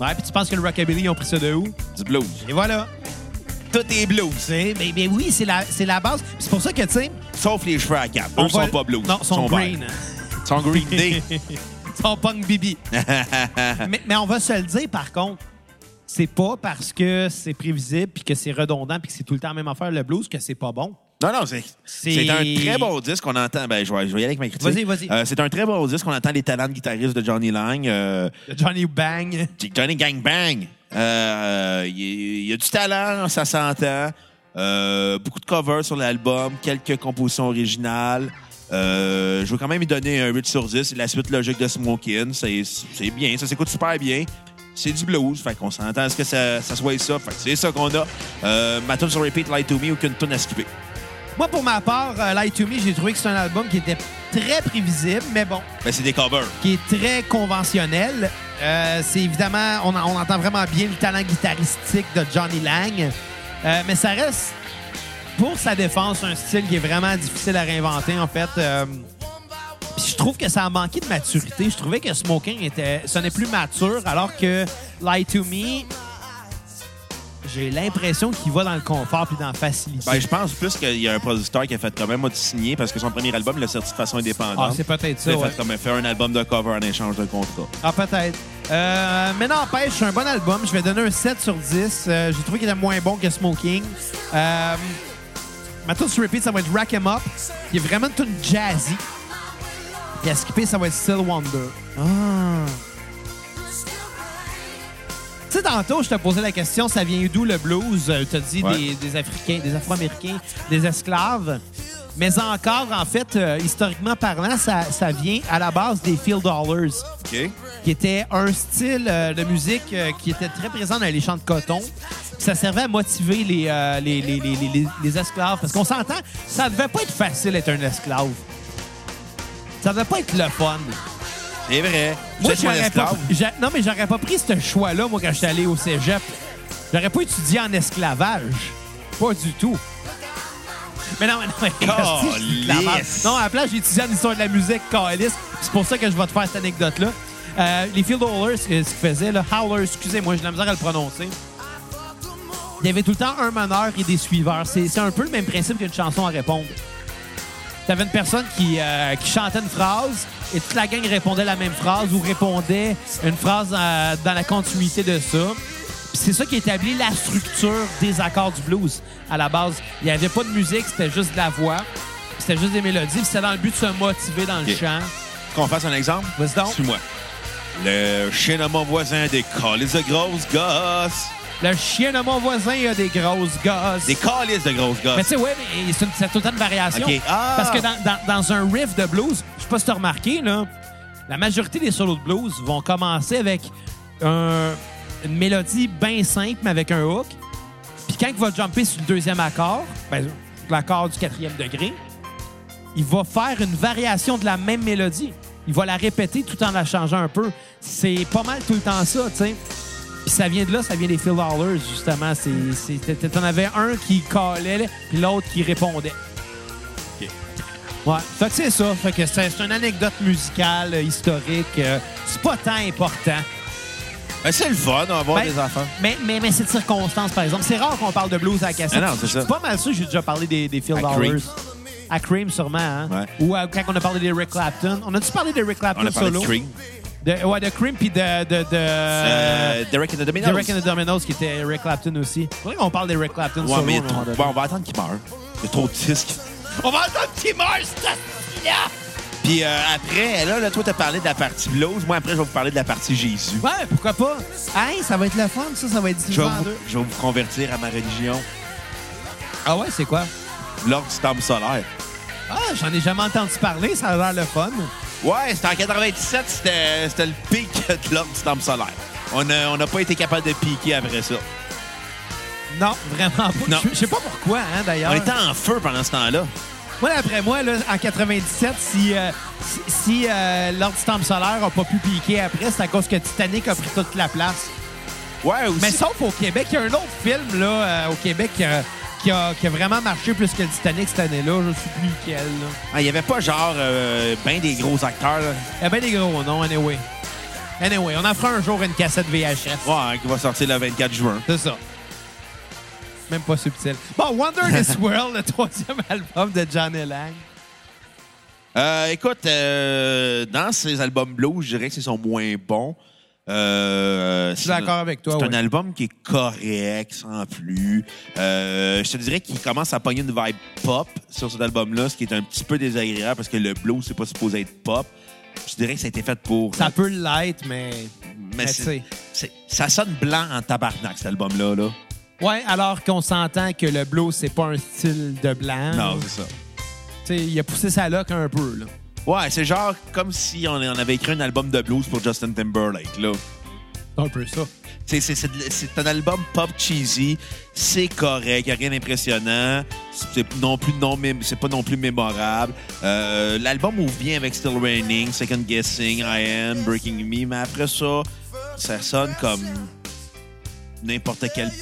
[SPEAKER 3] Ouais, puis tu penses que le Rockabilly, ils ont pris ça de où?
[SPEAKER 1] Du blues.
[SPEAKER 3] Et voilà.
[SPEAKER 1] Tout est blues.
[SPEAKER 3] C'est- Mais, mais oui, c'est la, c'est la base. Puis C'est pour ça que, tu sais...
[SPEAKER 1] Sauf les cheveux à cap. Eux
[SPEAKER 3] on
[SPEAKER 1] sont
[SPEAKER 3] va-
[SPEAKER 1] pas blues.
[SPEAKER 3] Non, sont
[SPEAKER 1] verts.
[SPEAKER 3] green. hein.
[SPEAKER 1] Ils sont green day.
[SPEAKER 3] Son punk bibi. mais, mais on va se le dire, par contre, c'est pas parce que c'est prévisible puis que c'est redondant puis que c'est tout le temps la même affaire, le blues, que c'est pas bon.
[SPEAKER 1] Non, non, c'est,
[SPEAKER 3] C'est-
[SPEAKER 1] c'est un très bon disque qu'on entend. Ben, je vais, je vais y aller avec ma critique.
[SPEAKER 3] Vas-y, vas-y.
[SPEAKER 1] Euh, c'est un très bon disque qu'on entend les talents de guitariste de Johnny Lang. euh,
[SPEAKER 3] Le Johnny Bang.
[SPEAKER 1] Johnny Gang Bang. Euh, Il y- il y a du talent, ça s'entend. Euh, beaucoup de covers sur l'album, quelques compositions originales. Euh, je veux quand même y donner un 8 sur 10. C'est la suite logique de Smokin'. C'est c'est bien, ça s'écoute super bien. C'est du blues, fait qu'on s'entend à ce que ça, ça soit ça. Fait que c'est ça qu'on a. Euh, ma tune sur repeat, Light to Me, aucune tune à skipper.
[SPEAKER 3] Moi, pour ma part, euh, Light to Me, j'ai trouvé que c'est un album qui était très prévisible, mais bon,
[SPEAKER 1] Ben, c'est des covers.
[SPEAKER 3] qui est très conventionnel. Euh, c'est évidemment, on, en- on entend vraiment bien le talent guitaristique de Johnny Lang, Euh, mais ça reste pour sa défense, un style qui est vraiment difficile à réinventer, en fait. Euh, puis je trouve que ça a manqué de maturité. Je trouvais que Smoking était, ce n'est plus mature, alors que Lie to Me, j'ai l'impression qu'il va dans le confort puis dans la facilité.
[SPEAKER 1] Ben, je pense plus qu'il y a un producteur qui a fait quand même moi de signer parce que son premier album, il l'a sorti de façon indépendante.
[SPEAKER 3] Ah, c'est peut-être ça,
[SPEAKER 1] Il a
[SPEAKER 3] ouais.
[SPEAKER 1] fait comme faire un album de cover en échange de contrat.
[SPEAKER 3] Ah, peut-être. Euh, mais n'empêche, c'est un bon album. Je vais donner un 7 sur 10. Euh, J'ai trouvé qu'il était moins bon que Smoking. Euh, ma tune sur repeat, ça va être Rack 'em Up, qui est vraiment une tune jazzy. Et à skipper, ça va être Still Wonder. Ah. Tu sais, tantôt, je te posais la question, ça vient d'où le blues? Euh, Tu as dit
[SPEAKER 1] Ouais.
[SPEAKER 3] des, des Africains, des Afro-Américains, des esclaves. Mais encore, en fait, euh, historiquement parlant, ça, ça vient à la base des Field Dollars
[SPEAKER 1] OK.
[SPEAKER 3] qui était un style euh, de musique euh, qui était très présent dans les champs de coton. Ça servait à motiver les, euh, les, les- les- les- les- les esclaves. Parce qu'on s'entend, ça devait pas être facile d'être un esclave. Ça devait pas être le fun.
[SPEAKER 1] C'est vrai. Vous êtes mon
[SPEAKER 3] j'aurais pas,
[SPEAKER 1] esclave.
[SPEAKER 3] j'a- non, mais j'aurais pas pris ce choix-là, moi, quand j'étais allé au cégep. J'aurais pas étudié en esclavage. Pas du tout. Mais non, mais non, mais. Asti, je dis de la merde.
[SPEAKER 1] Calisse.
[SPEAKER 3] Non, à la place, j'ai étudié en histoire de la musique, Calis. C'est pour ça que je vais te faire cette anecdote-là. Euh, les Field Howlers, ce qu'ils faisaient, le Howlers, excusez-moi, j'ai de la misère à le prononcer. Il y avait tout le temps un meneur et des suiveurs. C'est c'est un peu le même principe qu'une chanson à répondre. T'avais une personne qui, euh, qui chantait une phrase et toute la gang répondait la même phrase ou répondait une phrase euh, dans la continuité de ça. Puis c'est ça qui établit la structure des accords du blues à la base. Il n'y avait pas de musique, c'était juste de la voix, puis c'était juste des mélodies, puis c'était dans le but de se motiver dans le
[SPEAKER 1] Ok.
[SPEAKER 3] chant.
[SPEAKER 1] Qu'on fasse un exemple?
[SPEAKER 3] Vas-y donc.
[SPEAKER 1] Suis-moi. Le chien de mon voisin des calices de grosses gosses.
[SPEAKER 3] Le chien de mon voisin il a des grosses gosses.
[SPEAKER 1] Des calices de grosses
[SPEAKER 3] Mais
[SPEAKER 1] gosses.
[SPEAKER 3] tu sais, ouais, mais c'est une- c'est tout le temps une variation.
[SPEAKER 1] Ok. Ah!
[SPEAKER 3] Parce que dans, dans- dans un riff de blues, je sais pas si t'as remarqué, là, la majorité des solos de blues vont commencer avec un- une mélodie bien simple, mais avec un hook. Puis quand il va jumper sur le deuxième accord, ben, l'accord du quatrième degré, il va faire une variation de la même mélodie. Il va la répéter tout en la changeant un peu. C'est pas mal tout le temps ça, tu sais. Puis ça vient de là, ça vient des Phil Dollars, justement. C'est- c'est- t'en- T'en avais un qui calait, puis l'autre qui répondait.
[SPEAKER 1] Ok.
[SPEAKER 3] Ouais. Fait que c'est ça. Fait que c'est c'est une anecdote musicale, euh, historique. euh, c'est pas tant important.
[SPEAKER 1] Ben, c'est le fun, on va voir
[SPEAKER 3] Ben,
[SPEAKER 1] des enfants.
[SPEAKER 3] Mais, mais, mais c'est de circonstance, par exemple. C'est rare qu'on parle de blues à la cassette.
[SPEAKER 1] Ah non, c'est
[SPEAKER 3] Je suis
[SPEAKER 1] ça.
[SPEAKER 3] pas mal sûr que j'ai déjà parlé des, des Phil
[SPEAKER 1] À
[SPEAKER 3] Dollars.
[SPEAKER 1] Cream.
[SPEAKER 3] À Cream, sûrement. Hein?
[SPEAKER 1] Ouais.
[SPEAKER 3] Ou à- quand on a parlé des Rick Clapton. On a-tu parlé des Rick Clapton
[SPEAKER 1] On a parlé
[SPEAKER 3] solo?
[SPEAKER 1] de Cream.
[SPEAKER 3] De- ouais, de Cream, puis de... de, de-
[SPEAKER 1] Euh, Derek and the Dominos.
[SPEAKER 3] Derek and the Dominoes, qui était Rick Clapton aussi. Faudrait qu'on parle des Rick Clapton
[SPEAKER 1] Ouais,
[SPEAKER 3] solo,
[SPEAKER 1] mais
[SPEAKER 3] à un moment donné.
[SPEAKER 1] bon, on va attendre qu'il meure. Il y a trop de disques.
[SPEAKER 3] On va entendre qu'il meurt, cette là
[SPEAKER 1] Puis euh, après, là, là, toi, t'as parlé de la partie blues. Moi, après, je vais vous parler de la partie Jésus.
[SPEAKER 3] Ouais, pourquoi pas? Hey, ça va être le fun, ça, ça va être
[SPEAKER 1] Je vais,
[SPEAKER 3] divisé en
[SPEAKER 1] vous,
[SPEAKER 3] deux.
[SPEAKER 1] je vais vous convertir à ma religion,
[SPEAKER 3] Ah ouais, c'est quoi?
[SPEAKER 1] l'ordre du temple solaire.
[SPEAKER 3] Ah, j'en ai jamais entendu parler, ça a l'air le fun.
[SPEAKER 1] Ouais, c'était en 97, c'était c'était le pic de l'ordre du temple solaire. On n'a on n'a pas été capable de piquer après ça.
[SPEAKER 3] Non, vraiment pas.
[SPEAKER 1] Non.
[SPEAKER 3] Je- Je sais pas pourquoi, hein, d'ailleurs.
[SPEAKER 1] On était en feu pendant ce temps-là.
[SPEAKER 3] Moi, d'après moi, là, en 97, si, euh, si, si, euh, l'ordre du temple solaire a pas pu piquer après, c'est à cause que Titanic a pris toute la place.
[SPEAKER 1] Ouais, aussi.
[SPEAKER 3] Mais sauf au Québec, il y a un autre film là, euh, au Québec euh, qui, a, qui a vraiment marché plus que le Titanic cette année-là. Je ne sais plus lequel. là.
[SPEAKER 1] Ah, Il n'y avait pas genre euh, ben des gros acteurs. Là.
[SPEAKER 3] Il y a bien des gros noms, anyway. Anyway, on en fera un jour une cassette VHS.
[SPEAKER 1] Ouais, hein, qui va sortir le 24 juin.
[SPEAKER 3] C'est ça. Même pas subtil. Bon, Wonder This World, le troisième album de John Lang.
[SPEAKER 1] Euh, écoute, euh, dans ces albums blues, je dirais que c'est son moins bon. Euh,
[SPEAKER 3] suis d'accord avec toi,
[SPEAKER 1] C'est un
[SPEAKER 3] ouais.
[SPEAKER 1] album qui est correct, sans plus. Euh, je te dirais qu'il commence à pogner une vibe pop sur cet album-là, ce qui est un petit peu désagréable parce que le blues, c'est pas supposé être pop. Je dirais que ça a été fait pour.
[SPEAKER 3] Ça peut l'être, mais.
[SPEAKER 1] mais
[SPEAKER 3] mais
[SPEAKER 1] c'est-
[SPEAKER 3] tu sais.
[SPEAKER 1] c'est- ça sonne blanc en tabarnak, cet album-là. Là.
[SPEAKER 3] Ouais, alors qu'on s'entend que le blues, c'est pas un style de blanc.
[SPEAKER 1] Non, c'est ça.
[SPEAKER 3] Tu sais, il a poussé sa loque un peu, là.
[SPEAKER 1] Ouais, c'est genre comme si on on avait écrit un album de blues pour Justin Timberlake. Là.
[SPEAKER 3] C'est un peu ça.
[SPEAKER 1] C'est- c'est- C'est de- c'est un album pop cheesy. C'est correct. Il a rien d'impressionnant. C'est non plus non mé- c'est pas non plus mémorable. Euh, L'album où vient avec Still Raining, Second Guessing, I Am, Breaking Me, mais après ça, ça sonne comme n'importe quel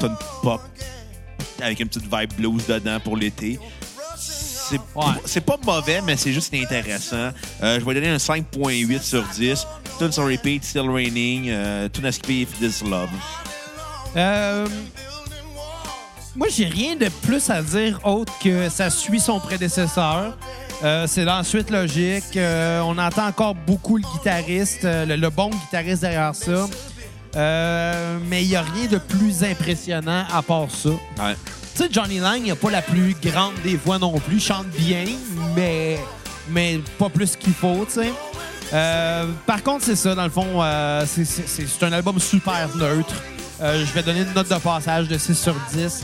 [SPEAKER 1] tonne pop avec une petite vibe blues dedans pour l'été. C'est
[SPEAKER 3] Ouais.
[SPEAKER 1] c'est pas mauvais, mais c'est juste intéressant. Euh, je vais donner un 5.8 sur 10. Tunes on repeat, Still Raining, euh, Tune à skipper, If This Love.
[SPEAKER 3] Euh, moi, j'ai rien de plus à dire autre que ça suit son prédécesseur. Euh, c'est dans la suite logique. Euh, on entend encore beaucoup le guitariste, euh, le, le bon guitariste derrière ça. Euh, mais il n'y a rien de plus impressionnant à part ça.
[SPEAKER 1] Ouais.
[SPEAKER 3] Tu sais, Johnny Lang, il a pas la plus grande des voix non plus. Il chante bien, mais, mais pas plus qu'il faut, tu sais. Euh, par contre, c'est ça, dans le fond, euh, c'est- c'est c'est- c'est un album super neutre. Euh, je vais donner une note de passage de 6 sur 10.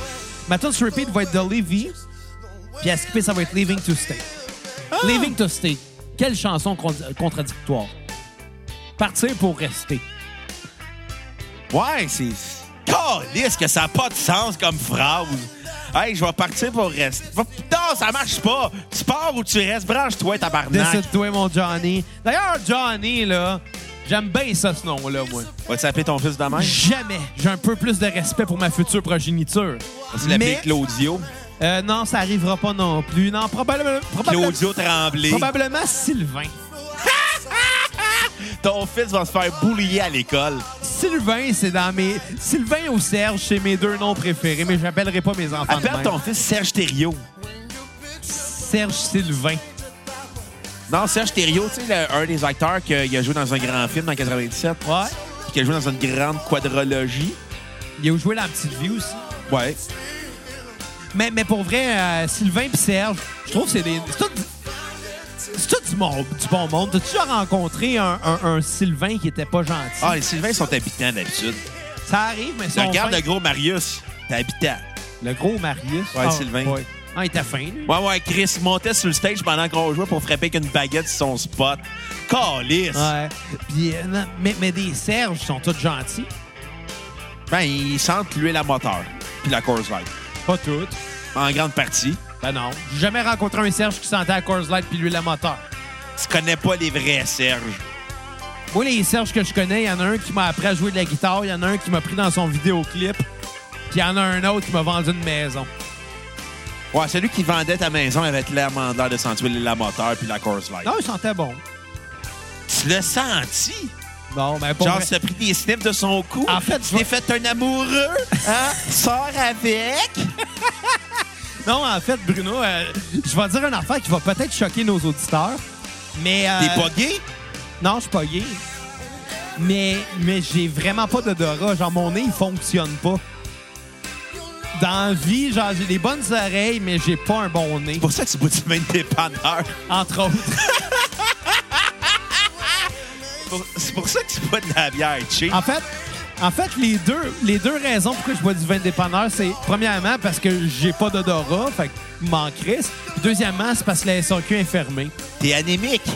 [SPEAKER 3] Ma tune sur repeat va être The Levy, puis à skipper, ça va être Leaving to Stay. Leaving to Stay. Quelle chanson con- contradictoire. Partir pour rester.
[SPEAKER 1] Ouais, c'est. Calisse que ça n'a pas de sens comme phrase. Hey, je vais partir pour rester. Va- Non, ça marche pas. Tu pars ou tu restes. Branche-toi, tabarnak.
[SPEAKER 3] Décide-toi, mon Johnny. D'ailleurs, Johnny, là, j'aime bien ça, ce nom-là, moi.
[SPEAKER 1] Vas-tu appeler ton fils demain?
[SPEAKER 3] Jamais. J'ai un peu plus de respect pour ma future progéniture.
[SPEAKER 1] Vas-tu l'appeler
[SPEAKER 3] Mais-
[SPEAKER 1] Claudio?
[SPEAKER 3] Euh, non, ça arrivera pas non plus. Non, probablement, probablement,
[SPEAKER 1] Claudio Tremblay.
[SPEAKER 3] probablement Sylvain.
[SPEAKER 1] Ton fils va se faire boulier à l'école.
[SPEAKER 3] Sylvain, c'est dans mes. Sylvain ou Serge, c'est mes deux noms préférés, mais j'appellerai pas mes enfants. Ah, de
[SPEAKER 1] Appelle
[SPEAKER 3] même.
[SPEAKER 1] ton fils Serge Thériault.
[SPEAKER 3] Serge Sylvain.
[SPEAKER 1] Non, Serge Thériault, tu sais, le- un des acteurs qui a joué dans un grand film en 97,
[SPEAKER 3] Ouais.
[SPEAKER 1] puis qui a joué dans une grande quadrologie.
[SPEAKER 3] Il a joué la petite vie aussi.
[SPEAKER 1] Ouais.
[SPEAKER 3] Mais, mais pour vrai, euh, Sylvain et Serge, je trouve que c'est des. C'est tout, c'est tout du, monde, du bon monde. T'as-tu déjà rencontré un, un- un Sylvain qui était pas gentil?
[SPEAKER 1] Ah, les Sylvains sont habitants d'habitude.
[SPEAKER 3] Ça arrive, mais c'est.
[SPEAKER 1] Regarde le gros Marius. T'es habitant.
[SPEAKER 3] Le gros Marius.
[SPEAKER 1] Ouais, Sylvain.
[SPEAKER 3] Ah, il était fin, lui.
[SPEAKER 1] Ouais, ouais, Chris montait sur le stage pendant qu'on jouait pour frapper avec une baguette sur son spot. Calice!
[SPEAKER 3] Ouais. Puis, euh, non, mais, mais des Serges sont tous gentils.
[SPEAKER 1] Ben, ils sentent l'huile à moteur. Puis la course light.
[SPEAKER 3] Pas toutes.
[SPEAKER 1] En grande partie.
[SPEAKER 3] Ben non. J'ai jamais rencontré un Serge qui sentait la Coors Light puis lui la moteur.
[SPEAKER 1] Tu connais pas les vrais Serge.
[SPEAKER 3] Moi, les Serges que je connais, il y en a un qui m'a appris à jouer de la guitare, il y en a un qui m'a pris dans son vidéoclip, puis il y en a un autre qui m'a vendu une maison.
[SPEAKER 1] Ouais, celui qui vendait ta maison avait clairement l'air de sentir l'huile à moteur puis la course light.
[SPEAKER 3] Non, il sentait bon.
[SPEAKER 1] Tu l'as senti?
[SPEAKER 3] Non, mais ben, pour
[SPEAKER 1] Genre,
[SPEAKER 3] vrai-
[SPEAKER 1] tu as pris des snips de son cou.
[SPEAKER 3] En fait,
[SPEAKER 1] tu
[SPEAKER 3] je
[SPEAKER 1] t'es
[SPEAKER 3] vais-
[SPEAKER 1] fait un amoureux. Hein? Sors avec.
[SPEAKER 3] non, en fait, Bruno, euh, je vais dire une affaire qui va peut-être choquer nos auditeurs, mais... euh,
[SPEAKER 1] T'es pas gay?
[SPEAKER 3] Non, je suis pas gay. Mais, mais j'ai vraiment pas d'odorat. Genre, mon nez, il fonctionne pas. Dans la vie, genre, j'ai des bonnes oreilles, mais j'ai pas un bon nez.
[SPEAKER 1] C'est pour ça que tu bois du même dépanneur.
[SPEAKER 3] Entre autres.
[SPEAKER 1] Pour- C'est pour ça que tu bois de la bière cheap.
[SPEAKER 3] En fait, en fait les, deux, les deux raisons pourquoi je bois du vin dépanneur, c'est premièrement parce que j'ai pas d'odorat, fait que je m'en crisse. Puis deuxièmement, c'est parce que la SAQ est fermée.
[SPEAKER 1] T'es anémique.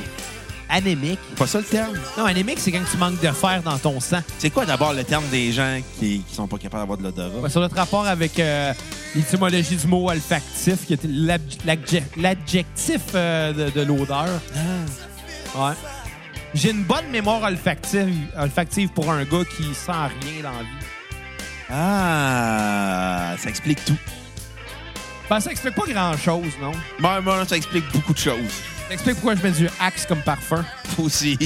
[SPEAKER 3] Anémique.
[SPEAKER 1] Pas ça le terme.
[SPEAKER 3] Non, anémique, c'est quand tu manques de fer dans ton sang.
[SPEAKER 1] C'est quoi d'abord le terme des gens qui, qui sont pas capables d'avoir de l'odorat?
[SPEAKER 3] Ouais, Sur notre rapport avec euh, l'étymologie du mot olfactif, qui était l'ab- l'adje- l'adjectif euh, de, de l'odeur. Ouais. J'ai une bonne mémoire olfactive, olfactive pour un gars qui sent rien dans la vie.
[SPEAKER 1] Ah, ça explique tout.
[SPEAKER 3] Ben, ça explique pas grand-chose, non?
[SPEAKER 1] Moi, Ben, moi, ça explique beaucoup de choses.
[SPEAKER 3] Ça explique pourquoi je mets du Axe comme parfum.
[SPEAKER 1] Aussi.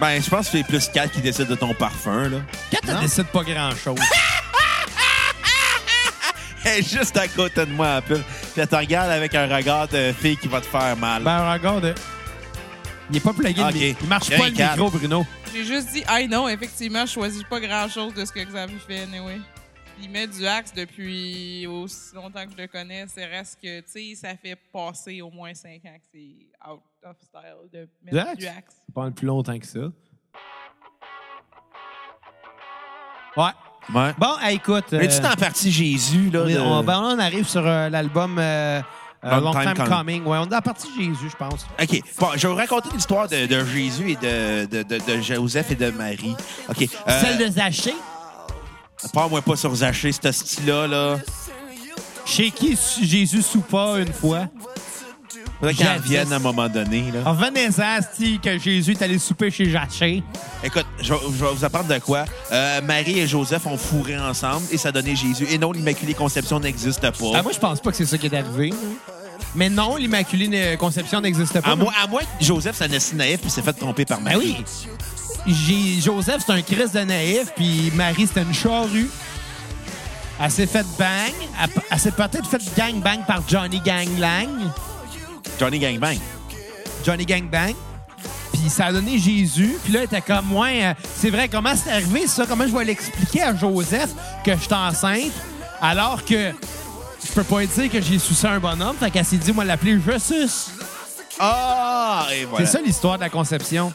[SPEAKER 1] ben, je pense que c'est plus 4 qui décide de ton parfum, là.
[SPEAKER 3] Quand
[SPEAKER 1] Non.
[SPEAKER 3] tu décides pas grand-chose.
[SPEAKER 1] Elle est juste à côté de moi, un peu. Puis elle te regarde avec un regard de fille qui va te faire mal.
[SPEAKER 3] ben, regarde, il est pas plugué. le
[SPEAKER 1] Ah, Ok.
[SPEAKER 3] mi- Il marche
[SPEAKER 1] Il y a
[SPEAKER 3] pas
[SPEAKER 1] un
[SPEAKER 3] le
[SPEAKER 1] câble.
[SPEAKER 3] micro, Bruno.
[SPEAKER 4] J'ai juste dit, ah non, effectivement, je choisis pas grand-chose de ce que Xavier fait, anyway. Il met du axe depuis aussi longtemps que je le connais. C'est reste que, tu sais, ça fait passer au moins cinq ans que c'est out of style de mettre
[SPEAKER 3] Du axe?
[SPEAKER 4] du axe.
[SPEAKER 3] Pas plus longtemps que ça. Ouais.
[SPEAKER 1] ouais.
[SPEAKER 3] Bon, hey, écoute.
[SPEAKER 1] Mais
[SPEAKER 3] bah, euh,
[SPEAKER 1] tu en partie Jésus, là?
[SPEAKER 3] Oui,
[SPEAKER 1] de-
[SPEAKER 3] on, ben, on arrive sur euh, l'album euh, euh, Long, Time, Coming. Ouais, on est à la partie Jésus, je pense.
[SPEAKER 1] OK. Bon, je vais vous raconter l'histoire de, de Jésus et de, de, de, de Joseph et de Marie. OK. euh,
[SPEAKER 3] de Zaché.
[SPEAKER 1] Parle-moi pas sur Zaché, ce style-là, là.
[SPEAKER 3] Chez qui su- Jésus soupa une fois?
[SPEAKER 1] faudrait qu'elle
[SPEAKER 3] Jadis. Ah.
[SPEAKER 1] revienne à un moment donné. Là.
[SPEAKER 3] Revenez-en, Steve, que Jésus est allé souper chez Jaché.
[SPEAKER 1] Écoute, je, vais- je vais vous apprendre de quoi. Euh, Marie et Joseph ont fourré ensemble et ça donnait Jésus. Et non, l'Immaculée Conception n'existe pas.
[SPEAKER 3] Ah, moi, je pense pas que c'est ça qui est arrivé. Mais non, l'Immaculée Conception n'existe pas.
[SPEAKER 1] À moins, à moins que Joseph s'en est si naïf puis s'est fait tromper par
[SPEAKER 3] Ben
[SPEAKER 1] Marie.
[SPEAKER 3] oui. J'ai- Joseph, c'est un Christ de naïf, puis Marie, c'était une charrue. Elle s'est faite bang. Elle, elle s'est peut-être faite gang-bang par Johnny Ganglang.
[SPEAKER 1] Johnny Gangbang.
[SPEAKER 3] Johnny Gangbang. Puis ça a donné Jésus. Puis là, elle était comme, ouais, euh, c'est vrai, comment c'est arrivé ça? Comment je vais l'expliquer à Joseph que je suis enceinte alors que je peux pas lui dire que j'ai sucé un bonhomme? Fait qu'elle s'est dit, moi, l'appeler Jesus.
[SPEAKER 1] Ah, et voilà.
[SPEAKER 3] C'est ça l'histoire de la conception.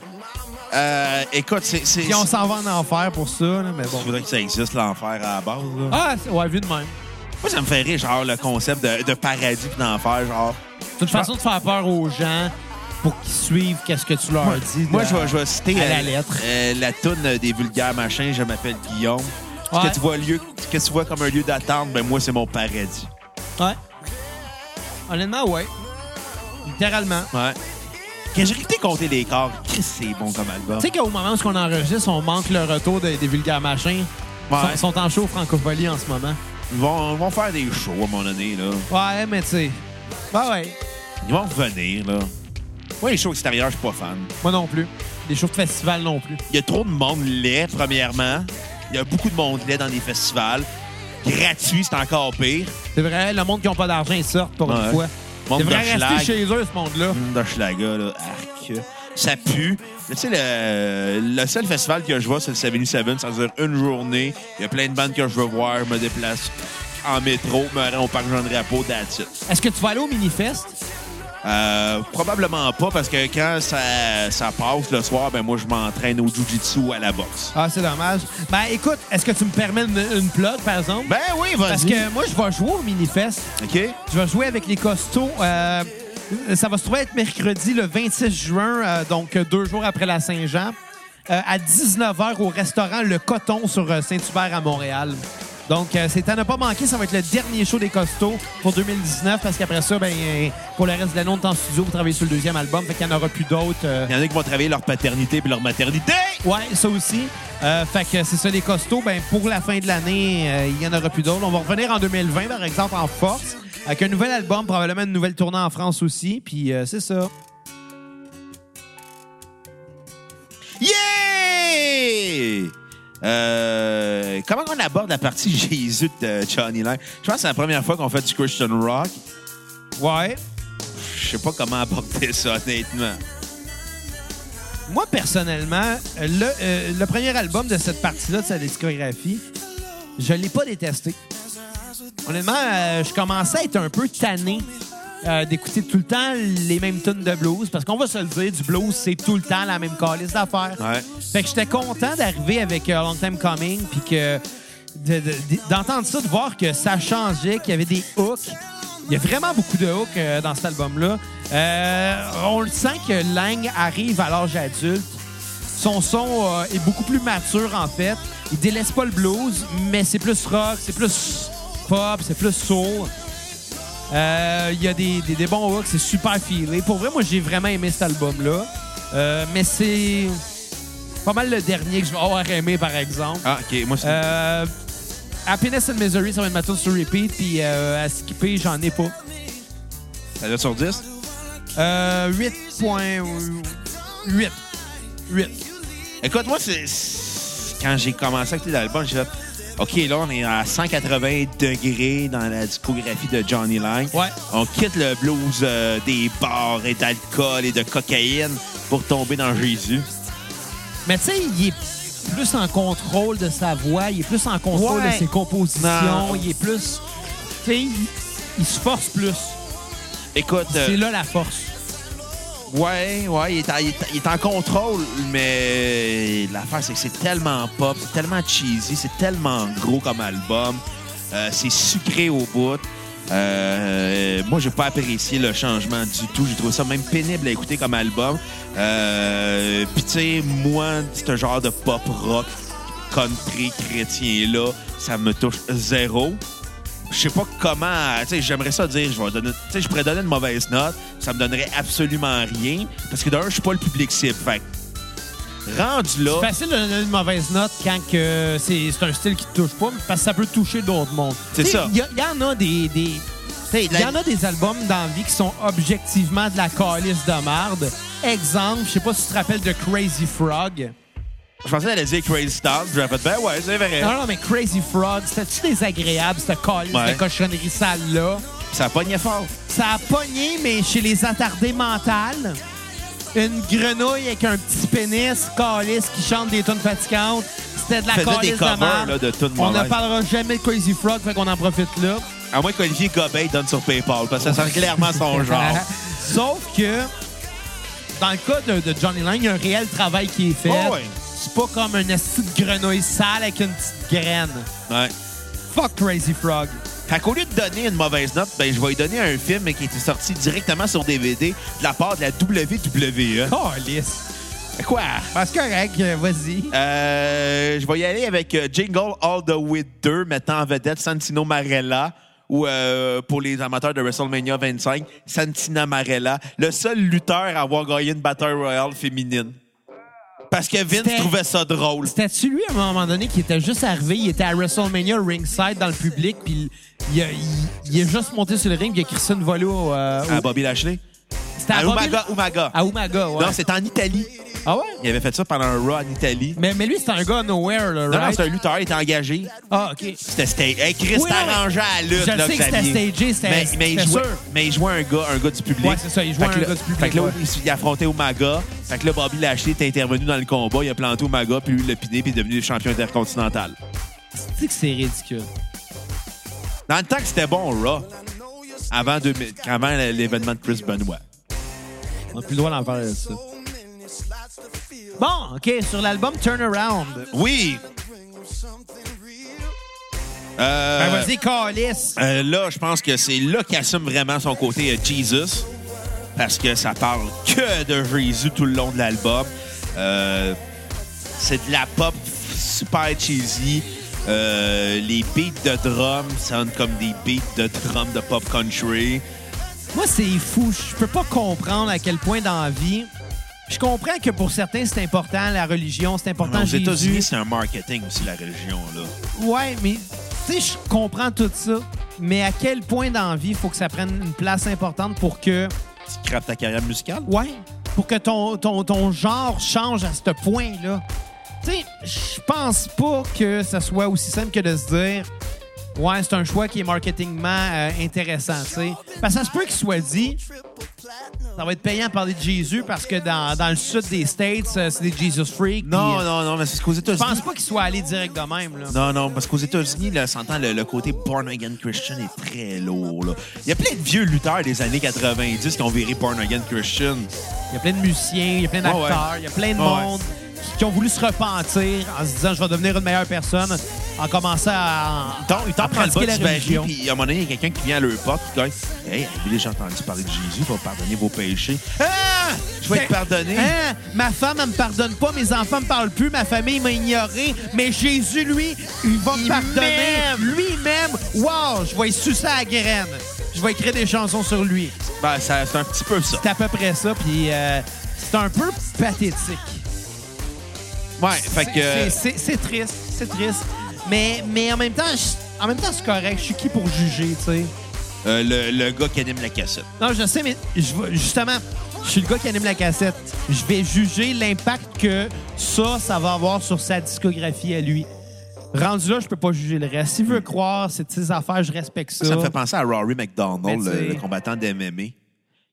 [SPEAKER 1] Euh, écoute, c'est. c'est-
[SPEAKER 3] Puis on s'en va en enfer pour ça, là, mais bon.
[SPEAKER 1] Je voudrais que ça existe, l'enfer, à la base. là.
[SPEAKER 3] Ah, c'est- ouais, vu de même.
[SPEAKER 1] Moi, ça me fait rire, genre, le concept de, de paradis puis d'enfer, genre.
[SPEAKER 3] toute façon de faire peur aux gens pour qu'ils suivent qu'est-ce que tu leur dis. euh,
[SPEAKER 1] Moi, je vais, je vais citer
[SPEAKER 3] à la
[SPEAKER 1] euh,
[SPEAKER 3] lettre.
[SPEAKER 1] euh, la toune des vulgaires machins, je m'appelle Guillaume. Ce
[SPEAKER 3] Ouais.
[SPEAKER 1] que tu vois lieu, ce que tu vois comme un lieu d'attente, ben moi, c'est mon paradis.
[SPEAKER 3] Ouais. Honnêtement, ouais. Littéralement.
[SPEAKER 1] Ouais. Quand j'ai écouté compter les corps, Chris, c'est bon comme album.
[SPEAKER 3] Tu sais qu'au moment où on enregistre, on manque le retour des, des vulgaires machins.
[SPEAKER 1] Ouais.
[SPEAKER 3] Ils sont, sont en show francophonie en ce moment.
[SPEAKER 1] Ils vont, ils vont faire des shows à un moment donné, là.
[SPEAKER 3] Ouais, mais tu sais. Ben ouais.
[SPEAKER 1] Ils vont revenir, là. Moi, les shows extérieurs, je suis pas fan.
[SPEAKER 3] Moi non plus. Des shows de festival non plus.
[SPEAKER 1] Il y a trop de monde laid, premièrement. Il y a beaucoup de monde laid dans les festivals. Gratuit, c'est encore pire.
[SPEAKER 3] C'est vrai, le monde qui n'a pas d'argent, ils sortent pour
[SPEAKER 1] Ouais.
[SPEAKER 3] une fois.
[SPEAKER 1] Monde
[SPEAKER 3] C'est vrai,
[SPEAKER 1] de
[SPEAKER 3] rester
[SPEAKER 1] schlag. Mm.
[SPEAKER 3] chez eux, ce monde-là.
[SPEAKER 1] Doschlaga, là, arc. Ça pue. Mais Tu sais, le, le seul festival que je vois, c'est le 77. Ça veut dire une journée. Il y a plein de bandes que je veux voir. Je me déplace en métro, me rends au parc Jean-Drapeau, that's it.
[SPEAKER 3] Est-ce que tu vas aller au mini-fest?
[SPEAKER 1] Euh, probablement pas, parce que quand ça, ça passe le soir, ben moi, je m'entraîne au jujitsu ou à la boxe.
[SPEAKER 3] Ah, c'est dommage. Ben écoute, est-ce que tu me permets une, une plug, par exemple?
[SPEAKER 1] Ben oui, vas-y.
[SPEAKER 3] Parce que moi, je vais jouer au mini-fest.
[SPEAKER 1] OK?
[SPEAKER 3] Je vais jouer avec les costauds. euh, ça va se trouver être mercredi le 26 juin, euh, donc euh, deux jours après la Saint-Jean, euh, à 19h au restaurant Le Coton sur euh, Saint-Hubert à Montréal. Donc, euh, c'est à ne pas manquer. Ça va être le dernier show des costauds pour 2019 parce qu'après ça, ben, euh, pour le reste de l'année, on est en studio pour travailler sur le deuxième album. Fait qu'il n'y en aura plus d'autres. euh,
[SPEAKER 1] Il y en a qui vont travailler leur paternité puis leur maternité.
[SPEAKER 3] Ouais, ça aussi. Euh, fait que c'est ça, les costauds. Ben, pour la fin de l'année, euh, il y en aura plus d'autres. On va revenir en 2020, par exemple, en force, avec un nouvel album, probablement une nouvelle tournée en France aussi. Puis euh, c'est ça.
[SPEAKER 1] Yeah! Euh, comment on aborde la partie Jésus de Johnny Lang? Je pense que c'est la première fois qu'on fait du Christian Rock.
[SPEAKER 3] Ouais.
[SPEAKER 1] Je sais pas comment aborder ça, honnêtement.
[SPEAKER 3] Moi, personnellement, euh, le, euh, le premier album de cette partie-là, de sa discographie, je l'ai pas détesté. Honnêtement, euh, je commençais à être un peu tanné euh, d'écouter tout le temps les mêmes tunes de blues. Parce qu'on va se le dire, du blues, c'est tout le temps la même calice d'affaires.
[SPEAKER 1] Ouais.
[SPEAKER 3] Fait que j'étais content d'arriver avec euh, Long Time Coming, puis que de- de- de- d'entendre ça, de voir que ça changeait, qu'il y avait des hooks. Il y a vraiment beaucoup de hooks euh, dans cet album-là. Euh, on le sent que Lang arrive à l'âge adulte. Son son euh, est beaucoup plus mature, en fait. Il délaisse pas le blues, mais c'est plus rock, c'est plus pop, c'est plus soul. Euh, Il y a des, des- des bons hooks, c'est super filé. Pour vrai, moi, j'ai vraiment aimé cet album-là. Euh, mais c'est pas mal le dernier que je vais avoir aimé, par exemple.
[SPEAKER 1] Ah, OK. Moi, c'est...
[SPEAKER 3] Euh, Happiness and Misery, ça va être ma tune sur repeat, puis euh, à skipper, j'en ai pas.
[SPEAKER 1] Ça doit être sur 10?
[SPEAKER 3] Euh, 8.8. 8. 8.
[SPEAKER 1] Écoute, moi, c'est... c'est- Quand j'ai commencé à écouter l'album, j'ai fait... OK, là, on est à 180 degrés dans la discographie de Johnny Lang.
[SPEAKER 3] Ouais.
[SPEAKER 1] On quitte le blues euh, des bars et d'alcool et de cocaïne pour tomber dans Jésus.
[SPEAKER 3] Mais tu sais, il est plus en contrôle de sa voix, il est plus en contrôle
[SPEAKER 1] Ouais.
[SPEAKER 3] de ses compositions,
[SPEAKER 1] Non.
[SPEAKER 3] il est plus. Tu sais, il, il se force plus.
[SPEAKER 1] Écoute... euh,
[SPEAKER 3] C'est là la force.
[SPEAKER 1] Ouais, ouais, il est, en- il est- il est en contrôle, mais l'affaire, c'est que c'est tellement pop, c'est tellement cheesy, c'est tellement gros comme album. Euh, c'est sucré au bout. Euh, moi, j'ai pas apprécié le changement du tout. J'ai trouvé ça même pénible à écouter comme album. Euh, Puis, tu sais, moi, ce genre de pop rock country chrétien-là, ça me touche zéro. je sais pas comment. Tu sais, j'aimerais ça dire, je vais donner. Tu sais, je pourrais donner une mauvaise note, ça me donnerait absolument rien, parce que d'un, je suis pas le public cible. Fait que, rendu là.
[SPEAKER 3] C'est facile de donner une mauvaise note quand que c'est c'est un style qui te touche pas, parce que ça peut toucher d'autres mondes.
[SPEAKER 1] C'est
[SPEAKER 3] Tu sais,
[SPEAKER 1] ça.
[SPEAKER 3] Il y, a- il y en a des. des- tu sais, Il y en a des albums dans la vie qui sont objectivement de la calice de merde. Exemple, je sais pas si tu te rappelles de Crazy Frog.
[SPEAKER 1] Je pensais qu'elle allait dire Crazy Town. J'aurais fait, ben ouais, c'est vrai.
[SPEAKER 3] Non, non, mais Crazy Frog, c'était-tu désagréable, cette calice
[SPEAKER 1] Ouais.
[SPEAKER 3] de cochonnerie sale-là?
[SPEAKER 1] Ça pognait fort.
[SPEAKER 3] Ça a pogné, mais chez les attardés mentales, une grenouille avec un petit pénis, calice, qui chante des tunes fatigantes. C'était de la
[SPEAKER 1] Faisait des
[SPEAKER 3] calice de
[SPEAKER 1] covers,
[SPEAKER 3] merde.
[SPEAKER 1] là, de tunes
[SPEAKER 3] On ne
[SPEAKER 1] mauvaises.
[SPEAKER 3] parlera jamais de Crazy Frog, fait qu'on en profite là.
[SPEAKER 1] À moins qu'Olivier Gobet donne sur PayPal, parce que ça sent clairement son Oh, genre.
[SPEAKER 3] Sauf que, dans le cas de, de Johnny Lang, il y a un réel travail qui est fait.
[SPEAKER 1] Oh ouais.
[SPEAKER 3] C'est pas comme un esti de grenouille sale avec une petite graine.
[SPEAKER 1] Ouais.
[SPEAKER 3] Fuck Crazy Frog.
[SPEAKER 1] Fait qu'au lieu de donner une mauvaise note, ben, je vais lui donner un film qui était sorti directement sur DVD de la part de la E. WWE.
[SPEAKER 3] Calice.
[SPEAKER 1] Quoi?
[SPEAKER 3] Parce que, correct, vas-y.
[SPEAKER 1] Euh, je vais y aller avec euh, Jingle All the Way 2, mettant en vedette Santino Marella, ou euh, pour les amateurs de WrestleMania 25, Santina Marella, le seul lutteur à avoir gagné une Battle Royale féminine. Parce que Vince
[SPEAKER 3] C'était-
[SPEAKER 1] trouvait ça drôle.
[SPEAKER 3] C'était-tu lui, à un moment donné, qui était juste arrivé, il était à WrestleMania ringside dans le public, puis il, a- il- il est juste monté sur le ring, puis il a crissé une volée au... euh, au-
[SPEAKER 1] À Bobby Lashley?
[SPEAKER 3] C'était
[SPEAKER 1] À
[SPEAKER 3] Bobby-
[SPEAKER 1] Umaga, Umaga.
[SPEAKER 3] À Umaga, ouais.
[SPEAKER 1] Non, c'est en Italie.
[SPEAKER 3] Ah ouais?
[SPEAKER 1] Il avait fait ça pendant un Raw en Italie.
[SPEAKER 3] Mais, mais lui, c'est un gars nowhere, là,
[SPEAKER 1] Non, non,
[SPEAKER 3] right?
[SPEAKER 1] c'est un lutteur, il était engagé.
[SPEAKER 3] Ah, OK.
[SPEAKER 1] C'était stagé. Hey, Chris,
[SPEAKER 3] Oui, non, mais-
[SPEAKER 1] t'arrangeais à la lutte,
[SPEAKER 3] Je le
[SPEAKER 1] là,
[SPEAKER 3] sais que c'était
[SPEAKER 1] Xavier.
[SPEAKER 3] stagé, c'était-
[SPEAKER 1] mais, mais il
[SPEAKER 3] c'était
[SPEAKER 1] jouait,
[SPEAKER 3] sûr.
[SPEAKER 1] mais il jouait un gars, un gars du public.
[SPEAKER 3] Ouais, c'est ça, il jouait
[SPEAKER 1] Fait que
[SPEAKER 3] un
[SPEAKER 1] là-
[SPEAKER 3] gars du public,
[SPEAKER 1] Fait que là,
[SPEAKER 3] ouais.
[SPEAKER 1] il, il affrontait Omaga. Fait que là, Bobby Lashley était intervenu dans le combat. Il a planté Omaga, puis lui, il l'a piné, puis il est devenu champion intercontinental.
[SPEAKER 3] Tu sais que c'est ridicule.
[SPEAKER 1] Dans le temps que c'était bon, Raw, avant, 2000 avant l'événement de Chris Benoit.
[SPEAKER 3] On n'a plus le droit d'en parler de ça. Bon, OK, sur l'album Turnaround.
[SPEAKER 1] Oui! Euh,
[SPEAKER 3] Ben, vas-y, Calice.
[SPEAKER 1] Euh, là, je pense que c'est là qu'il assume vraiment son côté euh, Jesus. Parce que ça parle que de Jésus tout le long de l'album. Euh, c'est de la pop super cheesy. Euh, les beats de drum sonnent comme des beats de drum de pop country.
[SPEAKER 3] Moi, c'est fou. Je peux pas comprendre à quel point dans la vie... Je comprends que pour certains, c'est important, la religion, c'est important,
[SPEAKER 1] aux
[SPEAKER 3] Jésus.
[SPEAKER 1] États-Unis, c'est un marketing aussi, la religion. Là.
[SPEAKER 3] Ouais, mais tu sais, je comprends tout ça. Mais à quel point dans la vie, il faut que ça prenne une place importante pour que.
[SPEAKER 1] Tu crapes ta carrière musicale.
[SPEAKER 3] Ouais. Pour que ton, ton, ton genre change à ce point-là. Tu sais, je pense pas que ça soit aussi simple que de se dire. Ouais, c'est un choix qui est marketingement euh, intéressant, tu sais. Parce que ça se peut qu'il soit dit, ça va être payant de parler de Jésus parce que dans, dans le sud des States, euh, c'est des Jesus Freaks.
[SPEAKER 1] Non,
[SPEAKER 3] puis, euh,
[SPEAKER 1] non, non, mais c'est qu'aux
[SPEAKER 3] Je
[SPEAKER 1] États-Unis.
[SPEAKER 3] pense pas qu'il soit allé direct de même, là.
[SPEAKER 1] Non, non, parce qu'aux États-Unis, là, s'entend, le, le côté born again Christian est très lourd. Là. Il y a plein de vieux lutteurs des années 90 qui ont viré born again Christian.
[SPEAKER 3] Il y a plein de musiciens, il y a plein d'acteurs,
[SPEAKER 1] Ouais, ouais.
[SPEAKER 3] il y a plein de
[SPEAKER 1] Ouais, ouais.
[SPEAKER 3] monde qui- qui ont voulu se repentir en se disant je vais devenir une meilleure personne en commençant à.
[SPEAKER 1] Donc, ils
[SPEAKER 3] à
[SPEAKER 1] tapent dans le bas
[SPEAKER 3] pratiquer
[SPEAKER 1] du
[SPEAKER 3] la
[SPEAKER 1] baril,
[SPEAKER 3] religion.
[SPEAKER 1] puis à un moment donné, il y a quelqu'un qui vient à leur porte, puis dit Hey, avez-vous déjà entendu parler de Jésus, il va pardonner vos péchés. Ah Je vais te pardonner.
[SPEAKER 3] Hein? Ma femme, elle me pardonne pas, mes enfants me parlent plus, ma famille m'a ignoré, mais Jésus, lui, il va me
[SPEAKER 1] Il
[SPEAKER 3] pardonner. Lui-même, wow, je vais y sucer à la graine. Je vais écrire des chansons sur lui.
[SPEAKER 1] Ben, ça- c'est un petit peu ça.
[SPEAKER 3] C'est à peu près ça, puis euh, c'est un peu pathétique.
[SPEAKER 1] Ouais, fait que. euh,
[SPEAKER 3] C'est- c'est- C'est triste, c'est triste. Mais, mais en même temps, je- en même temps, c'est correct. Je suis qui pour juger, tu sais?
[SPEAKER 1] euh, le, le gars qui anime la cassette.
[SPEAKER 3] Non, je sais, mais je vais- justement, je suis le gars qui anime la cassette. Je vais juger l'impact que ça, ça va avoir sur sa discographie à lui. Rendu là, je peux pas juger le reste. S'il veut croire, c'est de ses affaires, je respecte ça.
[SPEAKER 1] Ça me fait penser à Rory McDonald,
[SPEAKER 3] Ben, tu
[SPEAKER 1] le,
[SPEAKER 3] sais.
[SPEAKER 1] le combattant d'MMA.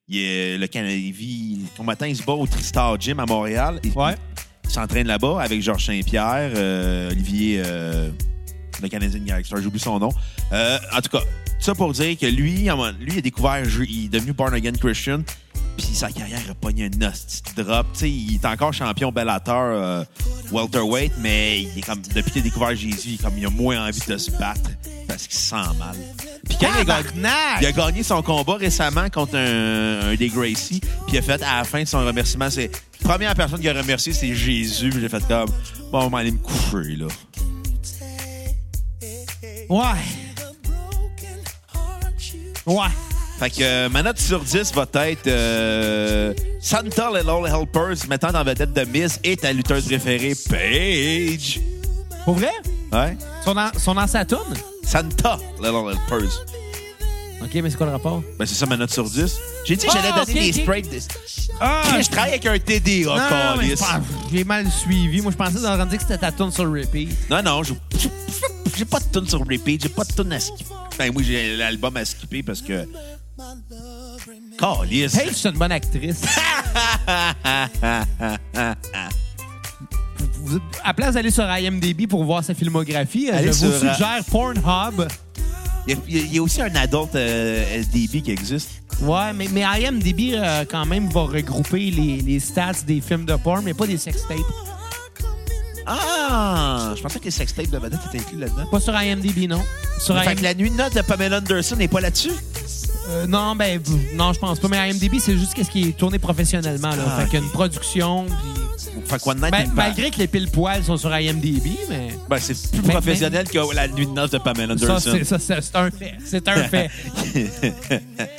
[SPEAKER 1] Il est, le, Cana- il vit- le combattant, il se bat au Tristar Gym à Montréal. Il-
[SPEAKER 3] Ouais.
[SPEAKER 1] Il s'entraîne là-bas avec Georges Saint-Pierre, euh, Olivier, euh, le Canadien de Gangster, j'oublie son nom. Euh, en tout cas, ça pour dire que lui, à un moment- lui il a découvert, il est devenu born again Christian, puis sa carrière a pogné un hostie de drop. Tu sais, il est encore champion bellator euh, welterweight, mais il est comme, depuis qu'il a découvert Jésus, il, est comme, il a moins envie de se battre parce qu'il se sent mal. Puis quand il a gagné-
[SPEAKER 3] Tabarnak!
[SPEAKER 1] il a gagné son combat récemment contre un, un des Gracie. Puis il a fait, à la fin de son remerciement, c'est la première personne qu'il a remercié, c'est Jésus. Puis j'ai fait comme, bon, on va aller me coucher, là.
[SPEAKER 3] Ouais. Ouais.
[SPEAKER 1] Fait que euh, ma note sur 10 va être euh, Santa Little Helpers, mettant en vedette de Miss et ta lutteuse préférée, Paige.
[SPEAKER 3] Pour vrai?
[SPEAKER 1] Ouais.
[SPEAKER 3] Son dans, sont dans sa toune?
[SPEAKER 1] Santa Little Helpers.
[SPEAKER 3] OK, mais c'est quoi le rapport?
[SPEAKER 1] Ben, c'est ça ma note sur 10. J'ai dit que j'allais
[SPEAKER 3] Ah,
[SPEAKER 1] donner
[SPEAKER 3] ok,
[SPEAKER 1] des
[SPEAKER 3] ok.
[SPEAKER 1] sprays. de-
[SPEAKER 3] Ah!
[SPEAKER 1] Chris, Je travaille avec un TDA,
[SPEAKER 3] Non, non, mais
[SPEAKER 1] câlisse.
[SPEAKER 3] c'est pas- J'ai mal suivi. Moi, je pensais dans dire que c'était ta toune sur repeat.
[SPEAKER 1] Non, non, je- je- j'ai pas de tune sur repeat, j'ai pas de tune à skipper. Ben oui, j'ai l'album à skipper parce que. Calice.
[SPEAKER 3] Paige, c'est une bonne actrice. Vous- à place d'aller sur IMDb pour voir sa filmographie,
[SPEAKER 1] Allez
[SPEAKER 3] je vous
[SPEAKER 1] sur, euh,
[SPEAKER 3] suggère Pornhub.
[SPEAKER 1] Il y a- il y, a aussi un adulte euh, SDB qui existe.
[SPEAKER 3] Ouais, mais, mais IMDb, euh, quand même, va regrouper les, les stats des films de porn, mais pas des sextapes.
[SPEAKER 1] Ah! Je pensais que les sextapes de Vedette étaient inclus là-dedans.
[SPEAKER 3] Pas sur IMDb, non. Sur
[SPEAKER 1] Fait
[SPEAKER 3] IMDb,
[SPEAKER 1] que la nuit de notes de Pamela Anderson n'est pas là-dessus?
[SPEAKER 3] euh, non, ben, pff, non, je pense pas. Mais IMDb, c'est juste qu'est-ce qui est tourné professionnellement. Là.
[SPEAKER 1] Ah,
[SPEAKER 3] fait qu'il y a
[SPEAKER 1] ok.
[SPEAKER 3] une production. puis-
[SPEAKER 1] Fait que One Night
[SPEAKER 3] Ben,
[SPEAKER 1] Impact.
[SPEAKER 3] malgré que les pile poils sont sur IMDb, mais.
[SPEAKER 1] Ben, c'est plus
[SPEAKER 3] Mais-
[SPEAKER 1] professionnel que la nuit de notes de Pamela
[SPEAKER 3] ben. Ça,
[SPEAKER 1] Anderson.
[SPEAKER 3] c'est ça, c'est- c'est un fait. C'est un fait.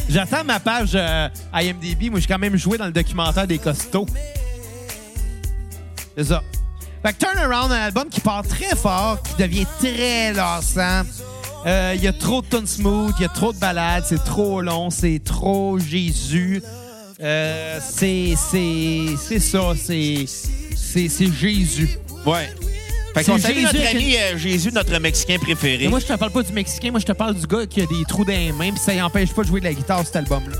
[SPEAKER 3] J'attends ma page euh, IMDb. Moi, j'ai quand même joué dans le documentaire des costauds. C'est ça. Fait que Turnaround, un album qui part très fort, qui devient très lassant. Euh, Il y a trop de tunes smooth, il y a trop de balades, c'est trop long, c'est trop Jésus. Euh, c'est c'est- c'est ça, c'est c'est- c'est Jésus.
[SPEAKER 1] ouais. Fait qu'on
[SPEAKER 3] C'est
[SPEAKER 1] salue notre
[SPEAKER 3] Jésus
[SPEAKER 1] ami euh, Jésus, notre Mexicain préféré.
[SPEAKER 3] Mais moi, je te parle pas du Mexicain, moi, je te parle du gars qui a des trous dans les mains, puis ça n'empêche pas de jouer de la guitare, cet album-là.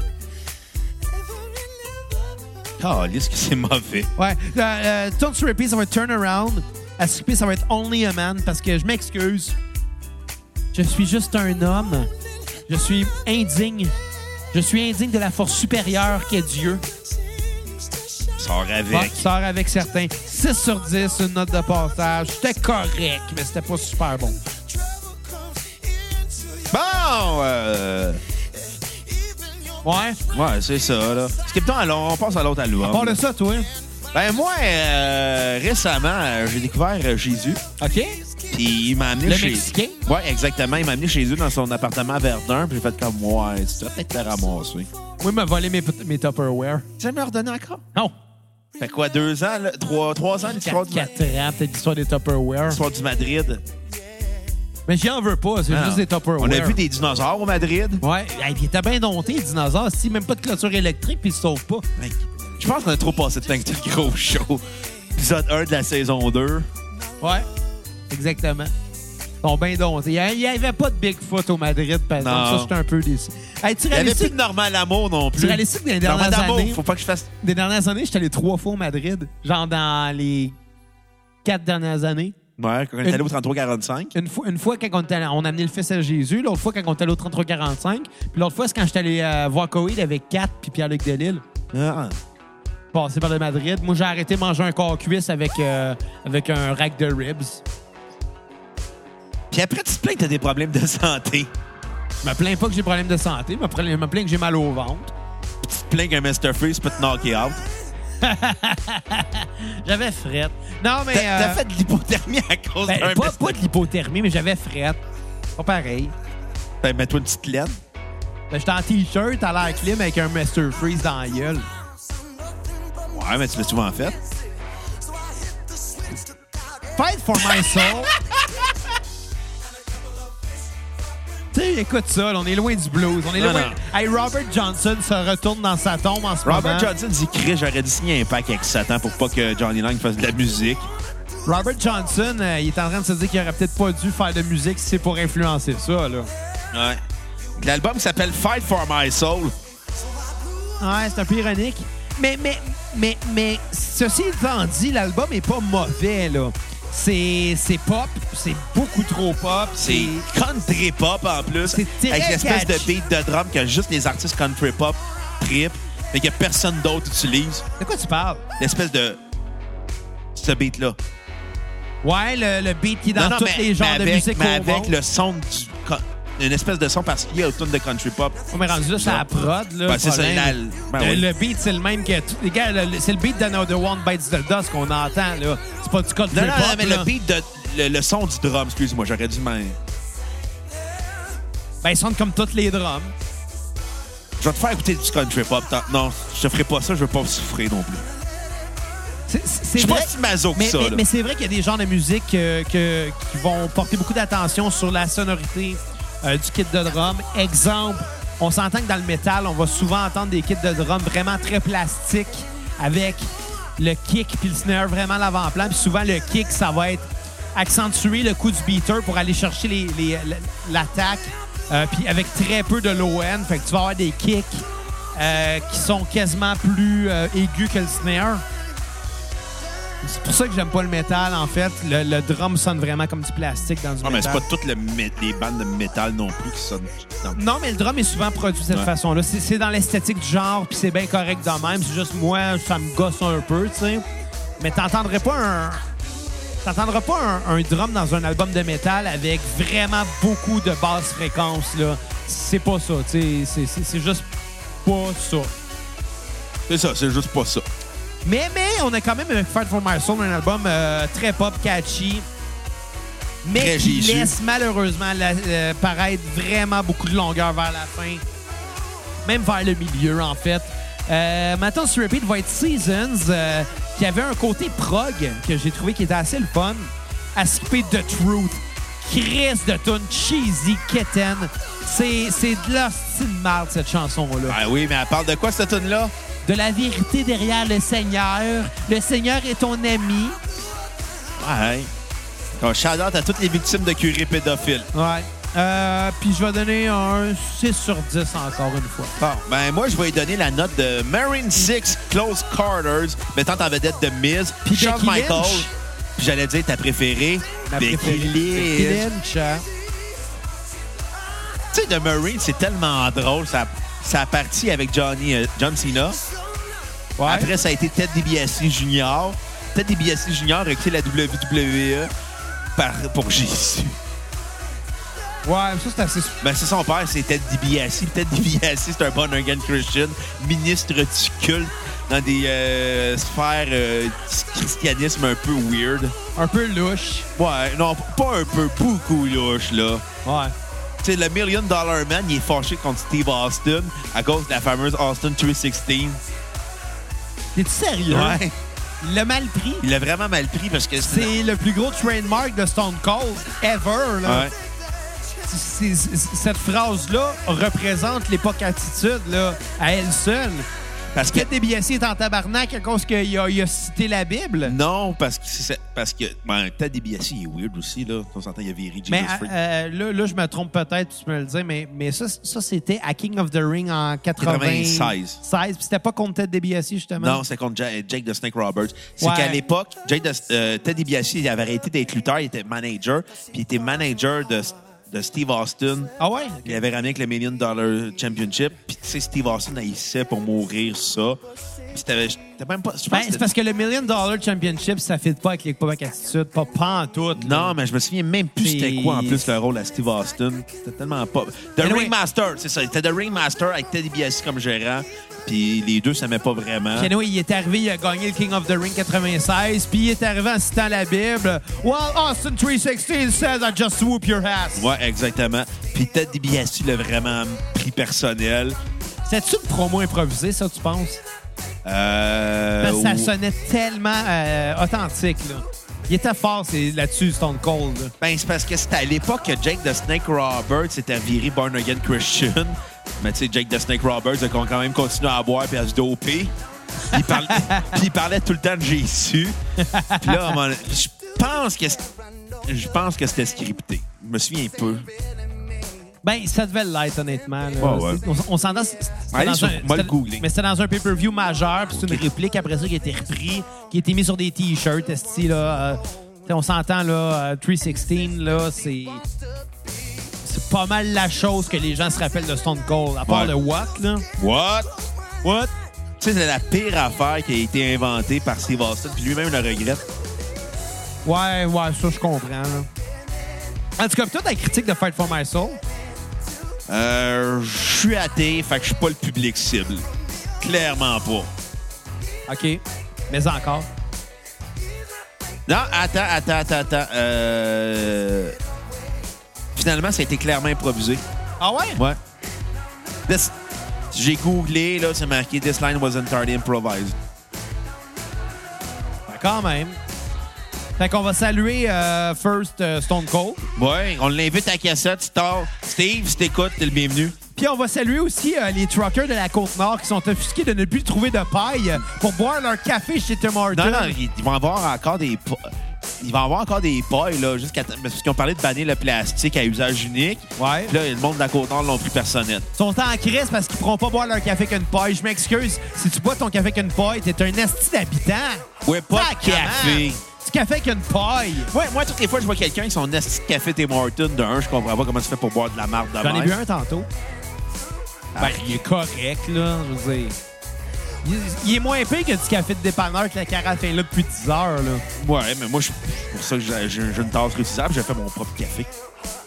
[SPEAKER 1] Calice que c'est mauvais.
[SPEAKER 3] Ouais. Euh, euh, Turn to Repeat, ça va être Turnaround. À skipper, ça va être Only a Man, parce que je m'excuse. Je suis juste un homme. Je suis indigne. Je suis indigne de la force supérieure qu'est Dieu.
[SPEAKER 1] Sors
[SPEAKER 3] Bon,
[SPEAKER 1] avec.
[SPEAKER 3] tu sors avec certains. 6 sur 10, une note de passage. C'était correct, mais c'était pas super bon.
[SPEAKER 1] Bon! euh,
[SPEAKER 3] Ouais.
[SPEAKER 1] Ouais, c'est ça, là. Skip donc, alors, on passe à l'autre album.
[SPEAKER 3] À part de ça, toi.
[SPEAKER 1] Ben, moi, euh, récemment, euh, j'ai découvert euh, Jésus.
[SPEAKER 3] OK?
[SPEAKER 1] Puis il m'a amené
[SPEAKER 3] Le
[SPEAKER 1] chez...
[SPEAKER 3] Mexicain?
[SPEAKER 1] Ouais, exactement. Il m'a amené chez eux dans son appartement à Verdun. Puis j'ai fait comme, ouais, tu devrais peut-être te ramasser.
[SPEAKER 3] Oui, il m'a volé mes, mes Tupperware.
[SPEAKER 1] Tu me redonné encore?
[SPEAKER 3] Non.
[SPEAKER 1] Fait quoi, deux ans, là? Trois, trois ans, l'histoire
[SPEAKER 3] 4,
[SPEAKER 1] du, Ma-
[SPEAKER 3] ans, peut-être l'histoire des Tupperware.
[SPEAKER 1] l'histoire du Madrid.
[SPEAKER 3] Mais j'y en veux pas, c'est
[SPEAKER 1] Non.
[SPEAKER 3] juste des Tupperware.
[SPEAKER 1] On a vu des dinosaures au Madrid.
[SPEAKER 3] Ouais. Hey, puis il était bien dompté, le dinosaure. Si, même pas de clôture électrique, puis il se sauve pas.
[SPEAKER 1] Mec, je pense qu'on a trop passé de temps que le gros show. Épisode 1 de la saison 2.
[SPEAKER 3] Ouais. Exactement. Ils sont bien domptés. Il n'y avait pas de Bigfoot au Madrid, par exemple.
[SPEAKER 1] Non.
[SPEAKER 3] Ça, j'étais un peu déçu. Hey, tu
[SPEAKER 1] Il n'y avait
[SPEAKER 3] réalises
[SPEAKER 1] plus de Normal Amour non plus.
[SPEAKER 3] Tu réalises que dans les
[SPEAKER 1] Normal
[SPEAKER 3] dernières
[SPEAKER 1] Amour,
[SPEAKER 3] années-
[SPEAKER 1] faut pas que je fasse...
[SPEAKER 3] des dernières années, j'étais allé trois fois au Madrid. Genre dans les quatre dernières années.
[SPEAKER 1] Ouais, quand on est allé au 33-45.
[SPEAKER 3] Une fois, une fois quand on, était allé- on a amené le fils à Jésus, l'autre fois quand on était allé au 33-45, puis l'autre fois, c'est quand j'étais allé euh, voir Coïd avec Kat puis Pierre-Luc Delisle.
[SPEAKER 1] Ah.
[SPEAKER 3] passé par le Madrid. Moi, j'ai arrêté de manger un corps cuisse avec, euh, avec un rack de ribs.
[SPEAKER 1] Puis après, tu te plains que t'as des problèmes de santé.
[SPEAKER 3] Je me plains pas que j'ai des problèmes de santé, je me plains- je me plains que j'ai mal au ventre.
[SPEAKER 1] Tu te plains qu'un Mr. Freeze peut te knocker out.
[SPEAKER 3] J'avais frette. Non, mais.
[SPEAKER 1] T'as t'as
[SPEAKER 3] euh,
[SPEAKER 1] fait de l'hypothermie à cause
[SPEAKER 3] ben,
[SPEAKER 1] d'un
[SPEAKER 3] pas,
[SPEAKER 1] Mr.
[SPEAKER 3] pas de l'hypothermie, mais j'avais frette. Pas pareil.
[SPEAKER 1] Ben, mets-toi une petite laine.
[SPEAKER 3] Ben, J'étais en t-shirt à l'air clim avec un Mr. Freeze dans la gueule.
[SPEAKER 1] Ouais, mais tu l'as souvent fait.
[SPEAKER 3] Fight for my soul. Tu sais, écoute ça, là, on est loin du blues. On est
[SPEAKER 1] Non,
[SPEAKER 3] loin.
[SPEAKER 1] non.
[SPEAKER 3] Hey, Robert Johnson se retourne dans sa tombe en ce
[SPEAKER 1] Robert
[SPEAKER 3] moment.
[SPEAKER 1] Johnson dit Chris, j'aurais dû signer un pack avec Satan pour pas que Johnny Lang fasse de la musique.
[SPEAKER 3] Robert Johnson, euh, il est en train de se dire qu'il aurait peut-être pas dû faire de musique si c'est pour influencer ça, là.
[SPEAKER 1] Ouais. L'album s'appelle Fight for My Soul.
[SPEAKER 3] Ouais, c'est un peu ironique. Mais, mais, mais, mais, ceci étant dit, l'album est pas mauvais, là. C'est c'est pop, c'est beaucoup trop pop.
[SPEAKER 1] C'est country pop en plus.
[SPEAKER 3] C'est très
[SPEAKER 1] Avec l'espèce de
[SPEAKER 3] catchy.
[SPEAKER 1] beat de drum que juste les artistes country pop trip, mais que personne d'autre utilise.
[SPEAKER 3] De quoi tu parles?
[SPEAKER 1] L'espèce de. Ce beat-là.
[SPEAKER 3] Ouais, le, le beat qui est dans tous les genres
[SPEAKER 1] mais
[SPEAKER 3] de
[SPEAKER 1] avec,
[SPEAKER 3] musique
[SPEAKER 1] mais
[SPEAKER 3] au
[SPEAKER 1] avec
[SPEAKER 3] monde.
[SPEAKER 1] le son du. co- Une espèce de son particulier au tune de country pop.
[SPEAKER 3] On m'est rendu là, c'est la prod, là.
[SPEAKER 1] Ben,
[SPEAKER 3] le
[SPEAKER 1] c'est ça,
[SPEAKER 3] problème.
[SPEAKER 1] la- ben
[SPEAKER 3] le,
[SPEAKER 1] oui.
[SPEAKER 3] le beat, c'est le même que... tous Les gars, le- c'est le beat d'Another One Bites the Dust qu'on entend, là. C'est pas du code
[SPEAKER 1] Non, non, non, mais le beat de. Le, le son du drum, excuse-moi, j'aurais dû m'en.
[SPEAKER 3] Ben, ils sonnent comme toutes les drums.
[SPEAKER 1] Je vais te faire écouter du country pop. Tant- Non, je te ferai pas ça, je veux pas souffrir non plus.
[SPEAKER 3] C'est- C'est
[SPEAKER 1] Je suis pas
[SPEAKER 3] vrai-
[SPEAKER 1] si maso que
[SPEAKER 3] mais,
[SPEAKER 1] ça.
[SPEAKER 3] mais-
[SPEAKER 1] là.
[SPEAKER 3] mais c'est vrai qu'il y a des genres de musique euh, que- qui vont porter beaucoup d'attention sur la sonorité euh, du kit de drum. Exemple, on s'entend que dans le métal, on va souvent entendre des kits de drum vraiment très plastiques avec le kick puis le snare vraiment à l'avant-plan. Puis souvent, le kick, ça va être accentuer le coup du beater pour aller chercher les- les- l'attaque. euh, puis avec très peu de low end, fait que tu vas avoir des kicks euh, qui sont quasiment plus euh, aigus que le snare. C'est pour ça que j'aime pas le métal, en fait. Le, le drum sonne vraiment comme du plastique dans du
[SPEAKER 1] Ah, mais c'est
[SPEAKER 3] métal.
[SPEAKER 1] pas toutes le mé- les bandes de métal non plus qui sonnent. Non.
[SPEAKER 3] Non, mais le drum est souvent produit de cette
[SPEAKER 1] Ouais.
[SPEAKER 3] façon-là. C'est c'est dans l'esthétique du genre, puis c'est bien correct de même. C'est juste, moi, ça me gosse un peu, tu sais. Mais t'entendrais pas un... T'entendras pas un, un drum dans un album de métal avec vraiment beaucoup de basses fréquences, là. C'est pas ça, tu sais. C'est- c'est- C'est juste pas ça.
[SPEAKER 1] C'est ça, c'est juste pas ça.
[SPEAKER 3] Mais, mais, on a quand même, avec Fight for My Soul, un album euh, très pop, catchy, mais
[SPEAKER 1] Très
[SPEAKER 3] qui
[SPEAKER 1] Jésus.
[SPEAKER 3] laisse malheureusement la- euh, paraître vraiment beaucoup de longueur vers la fin, même vers le milieu, en fait. Euh, maintenant, sur Repeat va être Seasons, euh, qui avait un côté prog que j'ai trouvé qui était assez le fun, à skipper The Truth. Chris de tune cheesy, keten. C'est c'est de la style marde, cette chanson-là
[SPEAKER 1] Ah oui, mais elle parle de quoi cette tune là
[SPEAKER 3] de la vérité derrière le Seigneur. Le Seigneur est ton ami.
[SPEAKER 1] Ouais. Un shout-out à toutes les victimes de curés pédophiles.
[SPEAKER 3] Ouais. Euh, puis je vais donner un 6 sur 10 encore une fois.
[SPEAKER 1] Bon, ben moi, je vais lui donner la note de Marine 6 Close Quarters, mettant en vedette de Miz,
[SPEAKER 3] Puis
[SPEAKER 1] Shawn
[SPEAKER 3] Becky
[SPEAKER 1] Michaels.
[SPEAKER 3] Lynch.
[SPEAKER 1] Puis j'allais dire ta préférée,
[SPEAKER 3] Ma
[SPEAKER 1] Becky
[SPEAKER 3] préférée.
[SPEAKER 1] Lynch.
[SPEAKER 3] Becky Lynch, hein.
[SPEAKER 1] Tu sais, de Marine, c'est tellement drôle. Ça, ça a parti avec Johnny, euh, John Cena.
[SPEAKER 3] Ouais.
[SPEAKER 1] Après, ça a été Ted DiBiase Junior. Ted DiBiase Junior a quitté la WWE par, pour Jésus.
[SPEAKER 3] Ouais, ça c'est assez.
[SPEAKER 1] Ben, c'est son père, c'est Ted DiBiase. Ted DiBiase, c'est un bon organ Christian, ministre du culte dans des euh, sphères euh, du christianisme un peu weird.
[SPEAKER 3] Un peu louche.
[SPEAKER 1] Ouais, non, pas un peu, beaucoup louche, là.
[SPEAKER 3] Ouais.
[SPEAKER 1] Tu sais, le Million Dollar Man, il est fâché contre Steve Austin à cause de la fameuse Austin 316.
[SPEAKER 3] T'es-tu sérieux?
[SPEAKER 1] Ouais.
[SPEAKER 3] Il l'a mal pris.
[SPEAKER 1] Il l'a vraiment mal pris parce que c'est...
[SPEAKER 3] C'est le plus gros trademark de Stone Cold ever. Là.
[SPEAKER 1] Ouais.
[SPEAKER 3] C'est- c'est- Cette phrase-là représente l'époque attitude là, à elle seule.
[SPEAKER 1] Parce que
[SPEAKER 3] Ted DiBiase est en tabarnak à cause qu'il a- il a cité la Bible.
[SPEAKER 1] Non, parce que c'est- parce que ben, Ted DiBiase il est weird aussi là. On s'entend, il y avait viré Jesus
[SPEAKER 3] Mais
[SPEAKER 1] Freak.
[SPEAKER 3] euh, euh, là, là, je me trompe peut-être, tu peux me le dire, mais, mais ça, ça c'était à King of the Ring en 96.
[SPEAKER 1] 96.
[SPEAKER 3] 16, puis c'était pas contre Ted DiBiase, justement.
[SPEAKER 1] Non, c'est contre Ja- Jake the Snake Roberts. C'est
[SPEAKER 3] Ouais.
[SPEAKER 1] qu'à l'époque, Jake the- euh, Ted DiBiase il avait arrêté d'être lutteur, il était manager, puis il était manager de, de Steve Austin.
[SPEAKER 3] Ah ouais?
[SPEAKER 1] Il avait ramené avec le Million Dollar Championship, puis tu sais Steve Austin haïssait pour mourir ça. Puis c'était c'était même pas je pense
[SPEAKER 3] Ben,
[SPEAKER 1] que
[SPEAKER 3] c'est
[SPEAKER 1] c'était-
[SPEAKER 3] parce que le Million Dollar Championship, ça fit pas avec les Québec Attitude, pas, pas en tout. là.
[SPEAKER 1] non, mais je me souviens même plus c'était
[SPEAKER 3] C'est-
[SPEAKER 1] quoi en plus le rôle à Steve Austin. C'était tellement pas. The
[SPEAKER 3] Anyway.
[SPEAKER 1] Ringmaster, c'est ça. C'était The Ringmaster avec Ted DiBiase comme gérant. Puis les deux s'aimaient pas vraiment.
[SPEAKER 3] Puis anyway, il est arrivé, il a gagné le King of the Ring 96, puis il est arrivé en citant la Bible. Well, Austin 316 says I just swoop your ass.
[SPEAKER 1] Ouais, exactement. Puis Ted DiBiase l'a vraiment pris personnel.
[SPEAKER 3] C'est-tu une promo improvisée, ça, tu penses?
[SPEAKER 1] Euh,
[SPEAKER 3] Parce que ça
[SPEAKER 1] ou-
[SPEAKER 3] sonnait tellement euh, authentique. Là. Il était fort c'est- là-dessus, Stone Cold. là.
[SPEAKER 1] Ben, c'est parce que c'était à l'époque que Jake the Snake Roberts s'était viré Born Again Christian. Mais tu sais, Jake the Snake Roberts a quand même continué à boire puis à se doper. Il parlait, puis il parlait tout le temps de Jésus. Puis là, à un moment donné, je pense que c'est- je pense que c'était scripté. Je me souviens peu.
[SPEAKER 3] Ben, ça devait l'être, honnêtement. là.
[SPEAKER 1] Ouais, ouais.
[SPEAKER 3] C'est- On, on s'entend. c'est- c'est- c'est
[SPEAKER 1] Allez
[SPEAKER 3] dans
[SPEAKER 1] sur-
[SPEAKER 3] un-
[SPEAKER 1] moi, le
[SPEAKER 3] c'était-
[SPEAKER 1] googler.
[SPEAKER 3] Mais c'était dans un pay-per-view majeur, puis c'est une
[SPEAKER 1] Ok.
[SPEAKER 3] réplique après ça qui a été repris, qui a été mis sur des T-shirts. esti, là, euh, t'sais, on s'entend, là, euh, 316, là, c'est. C'est pas mal la chose que les gens se rappellent de Stone Cold, à part
[SPEAKER 1] Ouais.
[SPEAKER 3] le What, là.
[SPEAKER 1] What? What? Tu sais, c'est la pire affaire qui a été inventée par Steve Austin, puis lui-même le regrette.
[SPEAKER 3] Ouais, ouais, ça, je comprends, là. En tout cas, pis toi, ta critique de Fight for My Soul,
[SPEAKER 1] Euh, je suis athée, fait que je suis pas le public cible. Clairement pas.
[SPEAKER 3] OK, mais encore.
[SPEAKER 1] Non, attends, attends, attends, attends. Euh... Finalement, ça a été clairement improvisé.
[SPEAKER 3] Ah ouais?
[SPEAKER 1] Ouais. This- J'ai googlé, là, c'est marqué This line was entirely improvised.
[SPEAKER 3] Ben, Quand même. Fait qu'on va saluer euh, First euh, Stone Cold.
[SPEAKER 1] Ouais, on l'invite à cassette, Star. Steve, si t'écoutes, t'es le bienvenu.
[SPEAKER 3] Puis on va saluer aussi euh, les truckers de la Côte-Nord qui sont offusqués de ne plus trouver de paille euh, pour boire leur café chez Tim Hortons.
[SPEAKER 1] Non, non, ils ils vont avoir encore des. po- Ils vont avoir encore des pailles, là, jusqu'à. Parce qu'ils ont parlé de bannir le plastique à usage unique.
[SPEAKER 3] Ouais.
[SPEAKER 1] Puis là, le monde de la Côte-Nord l'ont pris personnel.
[SPEAKER 3] Ils sont en crise parce qu'ils pourront pas boire leur café qu'une paille. Je m'excuse, si tu bois ton café qu'une paille, t'es un esti d'habitant.
[SPEAKER 1] Ouais, pas de
[SPEAKER 3] Sacrément.
[SPEAKER 1] café.
[SPEAKER 3] Du café qu'une paille.
[SPEAKER 1] Ouais, moi, toutes les fois, je vois quelqu'un qui son esti de café Tim Hortons de un, je comprends pas comment tu fais pour boire de la marde de
[SPEAKER 3] J'en ai
[SPEAKER 1] même.
[SPEAKER 3] bu un tantôt. Ah, Ben, il est correct, là, je veux dire. Il, il est moins pire que du café de dépanneur que la carafe est là depuis 10 heures, là.
[SPEAKER 1] Ouais, mais moi, je- c'est pour ça que j'ai- j'ai j'ai une tasse réutilisable, j'ai fait mon propre café.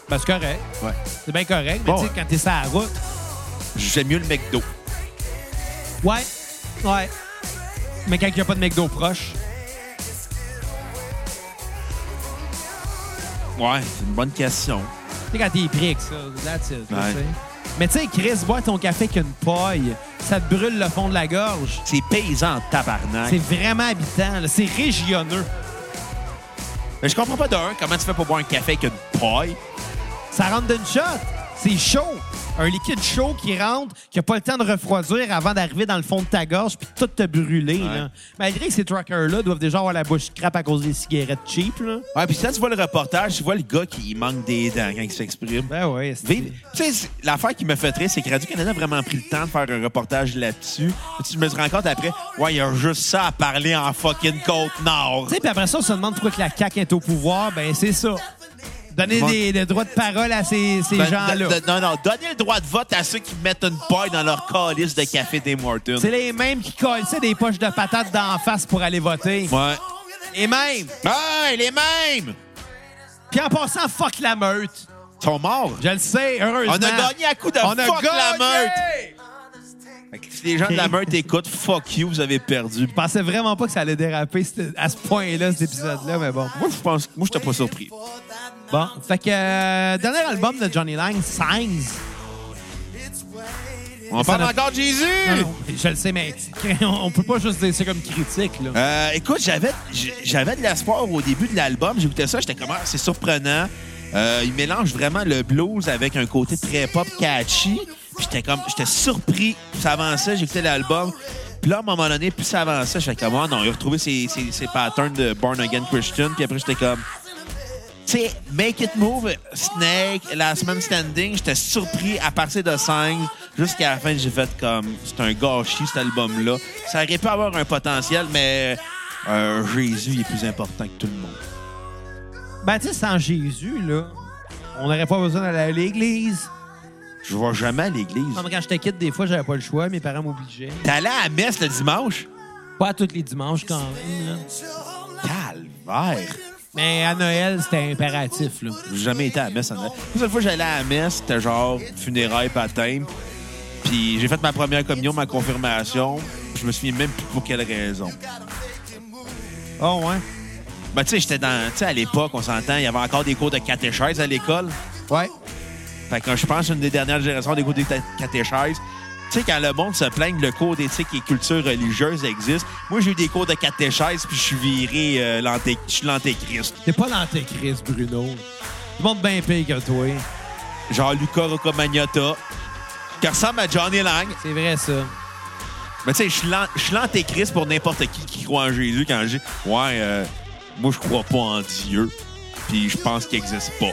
[SPEAKER 3] Ben, c'est correct.
[SPEAKER 1] Ouais.
[SPEAKER 3] C'est bien correct, mais
[SPEAKER 1] Bon.
[SPEAKER 3] tu sais, quand t'es sur la route.
[SPEAKER 1] J'aime mieux le McDo.
[SPEAKER 3] Ouais. Ouais. Mais quand il n'y a pas de McDo proche.
[SPEAKER 1] Ouais, c'est une bonne question.
[SPEAKER 3] Tu sais, quand t'es pris avec ça, that's it, là,
[SPEAKER 1] Ouais.
[SPEAKER 3] tu sais. Mais tu sais, Chris, boire ton café qu'une paille, ça te brûle le fond de la gorge.
[SPEAKER 1] C'est paysan en tabarnak.
[SPEAKER 3] C'est vraiment habitant, là. c'est régionneux.
[SPEAKER 1] Mais je comprends pas de un, comment tu fais pour boire un café avec une paille.
[SPEAKER 3] Ça rentre d'une shot, c'est chaud. Un liquide chaud qui rentre, qui n'a pas le temps de refroidir avant d'arriver dans le fond de ta gorge puis tout te brûler. là. Malgré que ces truckers-là doivent déjà avoir la bouche crappe à cause des cigarettes cheap. Là.
[SPEAKER 1] Ouais, puis quand tu vois le reportage, tu vois le gars qui il manque des dents quand il s'exprime.
[SPEAKER 3] Ben oui, c'est...
[SPEAKER 1] Vive- Tu sais, c'est- l'affaire qui me fait triste, c'est que Radio-Canada a vraiment pris le temps de faire un reportage là-dessus. Puis Tu me rends compte après, ouais, il y a juste ça à parler en fucking Côte-Nord.
[SPEAKER 3] Tu sais, puis après ça, on se demande pourquoi que la CAQ est au pouvoir. Ben, c'est ça. Donner
[SPEAKER 1] Bon.
[SPEAKER 3] des, des droits de parole à ces, ces
[SPEAKER 1] Ben,
[SPEAKER 3] gens-là.
[SPEAKER 1] de- de- non, non, donnez le droit de vote à ceux qui mettent une paille dans leur calice de café des Morton.
[SPEAKER 3] C'est les mêmes qui collissaient des poches de patates d'en face pour aller voter.
[SPEAKER 1] Ouais.
[SPEAKER 3] Et même.
[SPEAKER 1] Hey, les mêmes!
[SPEAKER 3] Puis en passant, fuck la meute.
[SPEAKER 1] Ils sont morts.
[SPEAKER 3] Je le sais, heureusement.
[SPEAKER 1] On a gagné à coup de
[SPEAKER 3] On a
[SPEAKER 1] fuck la
[SPEAKER 3] gagné!
[SPEAKER 1] meute. Fait que Si les gens de la meute écoutent, fuck you, vous avez perdu.
[SPEAKER 3] Je pensais vraiment pas que ça allait déraper c'était- à ce point-là, cet épisode-là, mais bon.
[SPEAKER 1] Moi, je pense moi, j'étais pas surpris.
[SPEAKER 3] Bon, fait que euh, dernier album de Johnny Lang, Signs.
[SPEAKER 1] On
[SPEAKER 3] Ça
[SPEAKER 1] parle
[SPEAKER 3] n'a-
[SPEAKER 1] encore de Jésus!
[SPEAKER 3] Non, non, je le sais, mais on peut pas juste dire ça comme critique, là.
[SPEAKER 1] Euh, écoute, j'avais, j- j'avais de l'espoir au début de l'album. J'écoutais ça, j'étais comme, ah, c'est surprenant. Euh, il mélange vraiment le blues avec un côté très pop catchy. Puis J'étais comme, j'étais surpris. Puis Ça avançait, j'écoutais l'album. Puis là, à un moment donné, plus ça avançait, j'étais comme, ah non, il a retrouvé ses, ses- ses patterns de Born Again Christian. Puis après, j'étais comme, tu sais, Make It Move, Snake, Last Man Standing, j'étais surpris à partir de 5 jusqu'à la fin, j'ai fait comme c'est un gâchis cet album-là. Ça aurait pu avoir un potentiel, mais euh, Jésus il est plus important que tout le monde.
[SPEAKER 3] Ben, tu sais, sans Jésus, là, on n'aurait pas besoin d'aller à l'église.
[SPEAKER 1] Je vois jamais à l'église.
[SPEAKER 3] Non, mais quand j'étais kid, des fois, j'avais pas le choix. Mes parents m'obligeaient.
[SPEAKER 1] T'allais à la messe le dimanche?
[SPEAKER 3] Pas tous les dimanches, quand même, là.
[SPEAKER 1] Calvaire!
[SPEAKER 3] Mais à Noël, c'était impératif, là.
[SPEAKER 1] J'ai jamais été à la messe. en vrai. La seule fois que j'allais à la messe, c'était genre funérailles, baptême. Puis j'ai fait ma première communion, ma confirmation. Je me souviens même plus pour quelle raison. Ah,
[SPEAKER 3] Oh, ouais?
[SPEAKER 1] Ben, tu sais, j'étais dans. Tu sais, à l'époque, on s'entend, il y avait encore des cours de catéchèse à l'école.
[SPEAKER 3] Ouais.
[SPEAKER 1] Fait que je pense une des dernières générations des cours de ta- catéchèse. Tu sais, quand le monde se plaigne que le cours d'éthique et culture religieuse existe, moi, j'ai eu des cours de catéchèse, puis je suis viré euh, l'anté- je suis l'antéchrist.
[SPEAKER 3] T'es pas l'antéchrist, Bruno. Tu montes bien pire que toi.
[SPEAKER 1] Genre Luca Rocamagnata, qui ressemble à Johnny Lang.
[SPEAKER 3] C'est vrai, ça.
[SPEAKER 1] Mais tu sais, je suis l'an- je suis l'antéchrist pour n'importe qui qui croit en Jésus quand j'ai. Ouais, euh, moi, je crois pas en Dieu, puis je pense qu'il existe pas.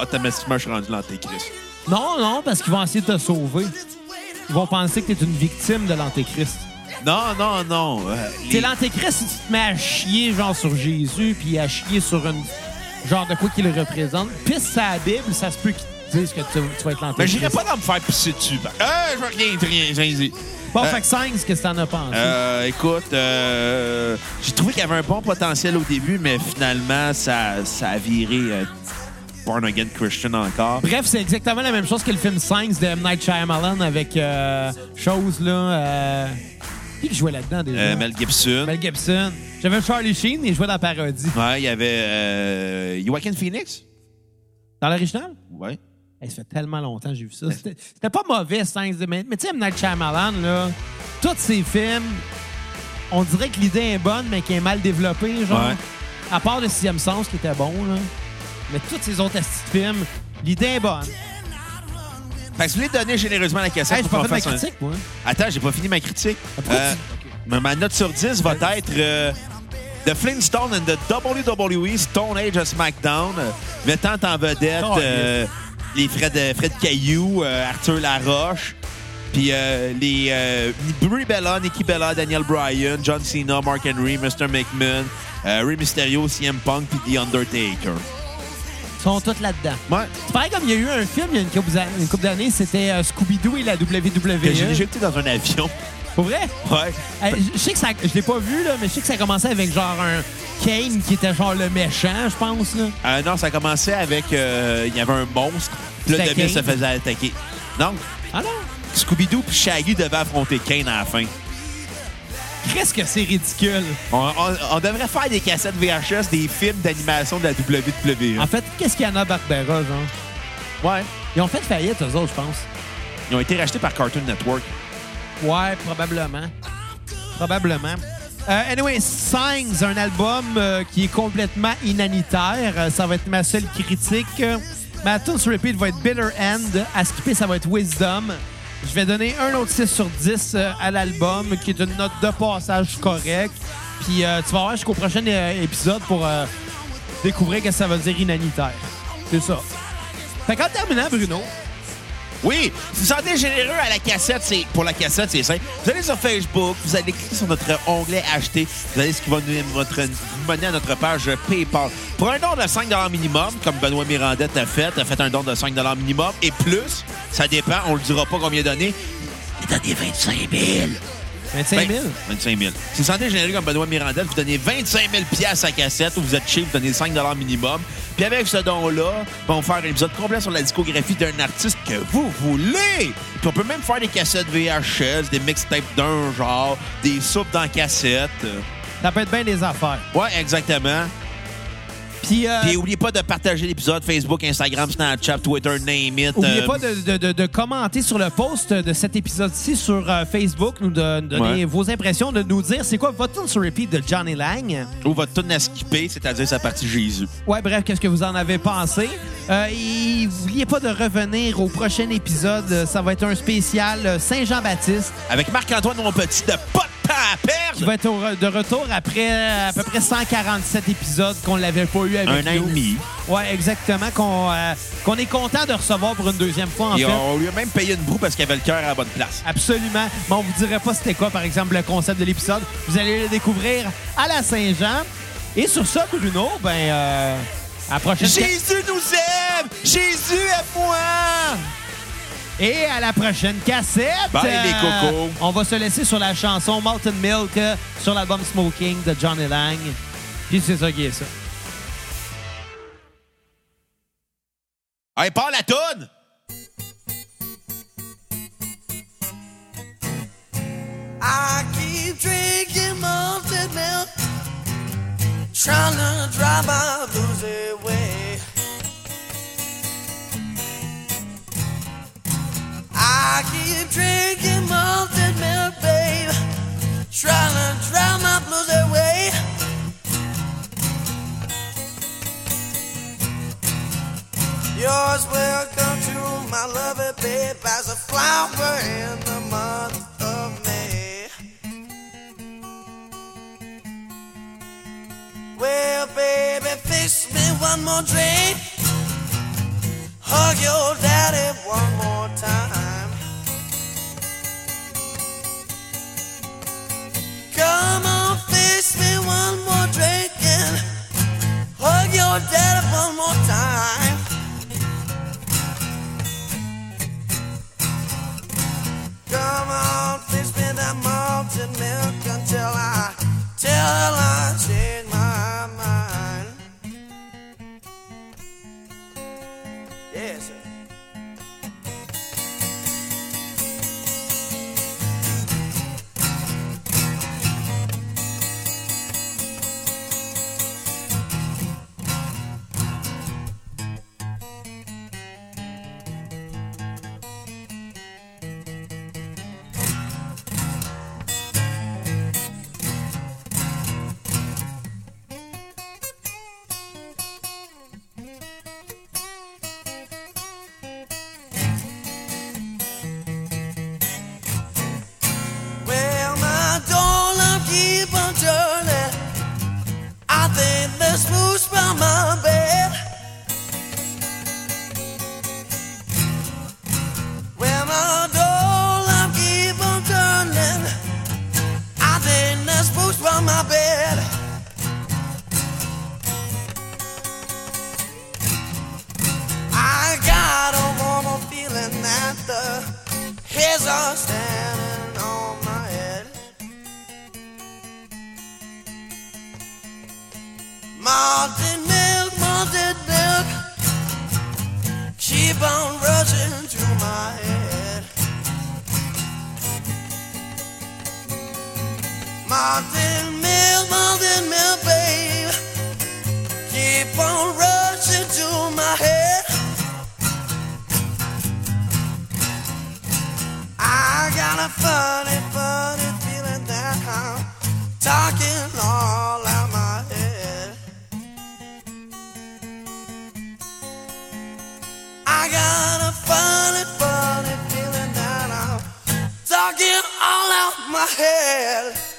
[SPEAKER 1] Automatiquement, je suis rendu l'antéchrist.
[SPEAKER 3] Non, non, parce qu'ils vont essayer de te sauver. Ils vont penser que t'es une victime de l'antéchrist.
[SPEAKER 1] Non, non, non. euh,
[SPEAKER 3] T'es
[SPEAKER 1] les-
[SPEAKER 3] l'antéchrist si tu te mets à chier, genre, sur Jésus, puis à chier sur une... genre de quoi qu'il représente. Pisse sa Bible, ça se peut qu'ils te disent que tu, tu vas être l'antéchrist.
[SPEAKER 1] Mais j'irai pas dans me faire pisser dessus. par- Euh, je veux rien rien, rien
[SPEAKER 3] Bon,
[SPEAKER 1] Euh,
[SPEAKER 3] fait que 5, qu'est-ce que t'en as pensé?
[SPEAKER 1] Euh, écoute, euh, j'ai trouvé qu'il y avait un bon potentiel au début, mais finalement, ça, ça a viré euh, Born Again Christian encore. Euh,
[SPEAKER 3] Bref, c'est exactement la même chose que le film 5 de M. Night Shyamalan avec euh, chose, là... euh, Qui jouait là-dedans, déjà?
[SPEAKER 1] Euh, Mel Gibson.
[SPEAKER 3] Mel Gibson. J'avais Charlie Sheen, il jouait dans la parodie.
[SPEAKER 1] Ouais, il y avait euh, Joaquin Phoenix.
[SPEAKER 3] Dans l'original?
[SPEAKER 1] Ouais.
[SPEAKER 3] Hey, ça fait tellement longtemps que j'ai vu ça. C'était c'était pas mauvais, Science mais, mais tu sais, M. Night Shyamalan, là, tous ses films, on dirait que l'idée est bonne, mais qu'elle est mal développée, genre.
[SPEAKER 1] Ouais.
[SPEAKER 3] À part le sixième sens, qui était bon, là. Mais tous ses autres astuces de films, l'idée est bonne.
[SPEAKER 1] Fait que si vous voulez donner généreusement la cassette,
[SPEAKER 3] Hey, j'ai
[SPEAKER 1] pour qu'on
[SPEAKER 3] pas fait ma
[SPEAKER 1] fasse un-
[SPEAKER 3] critique, moi.
[SPEAKER 1] Attends, j'ai pas fini ma critique.
[SPEAKER 3] pourquoi
[SPEAKER 1] Euh, mais Ma note sur 10 va être euh, The Flintstone and the WWE Stone Age of SmackDown, euh, mettant en vedette
[SPEAKER 3] Oh,
[SPEAKER 1] euh, les Fred, euh, Fred Caillou, euh, Arthur Laroche, puis euh, les euh, Brie Bella, Nikki Bella, Daniel Bryan, John Cena, Mark Henry, Mr. McMahon, euh, Rey Mysterio, CM Punk, puis The Undertaker.
[SPEAKER 3] Ils sont tous là-dedans.
[SPEAKER 1] Ouais.
[SPEAKER 3] C'est pareil comme il y a eu un film il y a une couple d'a- une couple d'années, c'était euh, Scooby-Doo et euh, la
[SPEAKER 1] Que j'ai Ben- déjà
[SPEAKER 3] WWE.
[SPEAKER 1] été dans un avion.
[SPEAKER 3] Pour vrai?
[SPEAKER 1] Ouais.
[SPEAKER 3] Hey, je- je sais que ça, je l'ai pas vu là, mais je sais que ça commençait avec genre un Kane qui était genre le méchant, je pense là.
[SPEAKER 1] Euh, non, ça commençait avec. euh, Il y avait un monstre. Puis là,
[SPEAKER 3] C'était
[SPEAKER 1] Deville se
[SPEAKER 3] Kane.
[SPEAKER 1] faisait attaquer. Non,
[SPEAKER 3] Ah non,
[SPEAKER 1] Scooby-Doo puis Shaggy devaient affronter Kane à la fin.
[SPEAKER 3] qu'est-ce que c'est ridicule.
[SPEAKER 1] On, on- on devrait faire des cassettes VHS des films d'animation de la E. WWE.
[SPEAKER 3] En fait, qu'est-ce qu'il y en a Barbera genre
[SPEAKER 1] ouais.
[SPEAKER 3] Ils ont fait faillite eux autres, je pense.
[SPEAKER 1] Ils ont été rachetés par Cartoon Network.
[SPEAKER 3] Ouais, probablement. Probablement. Euh, anyway, Signs, un album euh, qui est complètement inanitaire. Euh, ça va être ma seule critique. Euh, ma tune sur repeat va être Bitter End. À skipper, ça va être Wisdom. Je vais donner un autre 6 sur 10 euh, à l'album, qui est une note de passage correcte. Puis euh, tu vas voir jusqu'au prochain euh, épisode pour euh, découvrir ce que ça veut dire inanitaire. C'est ça. Fait qu'en terminant, Bruno,
[SPEAKER 1] Oui, si vous sentez généreux à la cassette, c'est pour la cassette, c'est simple. Vous allez sur Facebook, vous allez cliquer sur notre onglet acheter, vous allez ce qui va nous votre- vous mener à notre page PayPal. Pour un don de 5 minimum, comme Benoît Mirandette a fait, a fait un don de 5 minimum et plus, ça dépend, on le dira pas combien donné. Mais donnez 25 000.
[SPEAKER 3] 25
[SPEAKER 1] Ben,
[SPEAKER 3] 000.
[SPEAKER 1] 25 000. Si vous sentez généreux comme Benoît Mirandel, vous donnez 25 000 piastres à cassette ou vous êtes chez, vous donnez 5 minimum. Puis avec ce don-là, ben, on va faire un épisode complet sur la discographie d'un artiste que vous voulez. Puis on peut même faire des cassettes VHS, des mixtapes d'un genre, des soupes dans cassette. Euh,
[SPEAKER 3] Ça peut être bien des affaires.
[SPEAKER 1] Ouais, exactement.
[SPEAKER 3] Puis, euh,
[SPEAKER 1] Puis n'oubliez pas de partager l'épisode Facebook, Instagram, Snapchat, Twitter, name it.
[SPEAKER 3] N'oubliez
[SPEAKER 1] Euh,
[SPEAKER 3] pas de, de- de- de commenter sur le post de cet épisode-ci sur euh, Facebook, nous de- nous donner
[SPEAKER 1] Ouais.
[SPEAKER 3] vos impressions, de nous dire c'est quoi votre tune sur repeat de Johnny Lang.
[SPEAKER 1] Ou votre tune à skipper, c'est-à-dire sa partie Jésus.
[SPEAKER 3] Ouais, bref, qu'est-ce que vous en avez pensé? Euh, et N'oubliez pas de revenir au prochain épisode. Euh, Ça va être un spécial euh, Saint-Jean-Baptiste
[SPEAKER 1] Avec Marc-Antoine, mon petit, de pas de temps à perdre.
[SPEAKER 3] qui va être au re- de retour après euh, à peu près 147 épisodes qu'on l'avait pas eu avec
[SPEAKER 1] Un an et
[SPEAKER 3] nous.
[SPEAKER 1] demi.
[SPEAKER 3] Ouais, exactement. Qu'on euh, qu'on est content de recevoir pour une deuxième fois, en
[SPEAKER 1] Et
[SPEAKER 3] fait.
[SPEAKER 1] on lui a même payé une broue parce qu'il avait le cœur à la bonne place.
[SPEAKER 3] Absolument. Mais on vous dirait pas c'était quoi, par exemple, le concept de l'épisode. Vous allez le découvrir à la Saint-Jean. Et sur ça, Bruno, ben, euh, à la prochaine...
[SPEAKER 1] Jésus nous aime! Jésus est moi!
[SPEAKER 3] Et à la prochaine cassette! Euh,
[SPEAKER 1] Bye, les cocos.
[SPEAKER 3] On va se laisser sur la chanson Mountain Milk euh, sur l'album Smoking de Johnny Lang. Puis c'est ça qui est ça.
[SPEAKER 1] Hey, part la toune!
[SPEAKER 2] I keep drinking malted milk, trying to drive my blues away. I keep drinking malted milk, babe, trying to drive my blues away. Yours welcome to my lover, babe, as a flower in the month of May. Well, baby, fix me one more drink. Hug your daddy one more time. Come on, fix me one more drink and hug your daddy one more time. Come on, fix me that malted milk until I, till I change my mind. Yes, sir. There's a standing on my head. Malted milk, malted milk. Keep on rushing through my head. Malted milk, malted milk, babe. Keep on rushing through my head. I got a funny, funny feeling that I'm talking all out my head. I got a funny, funny feeling that I'm talking all out my head.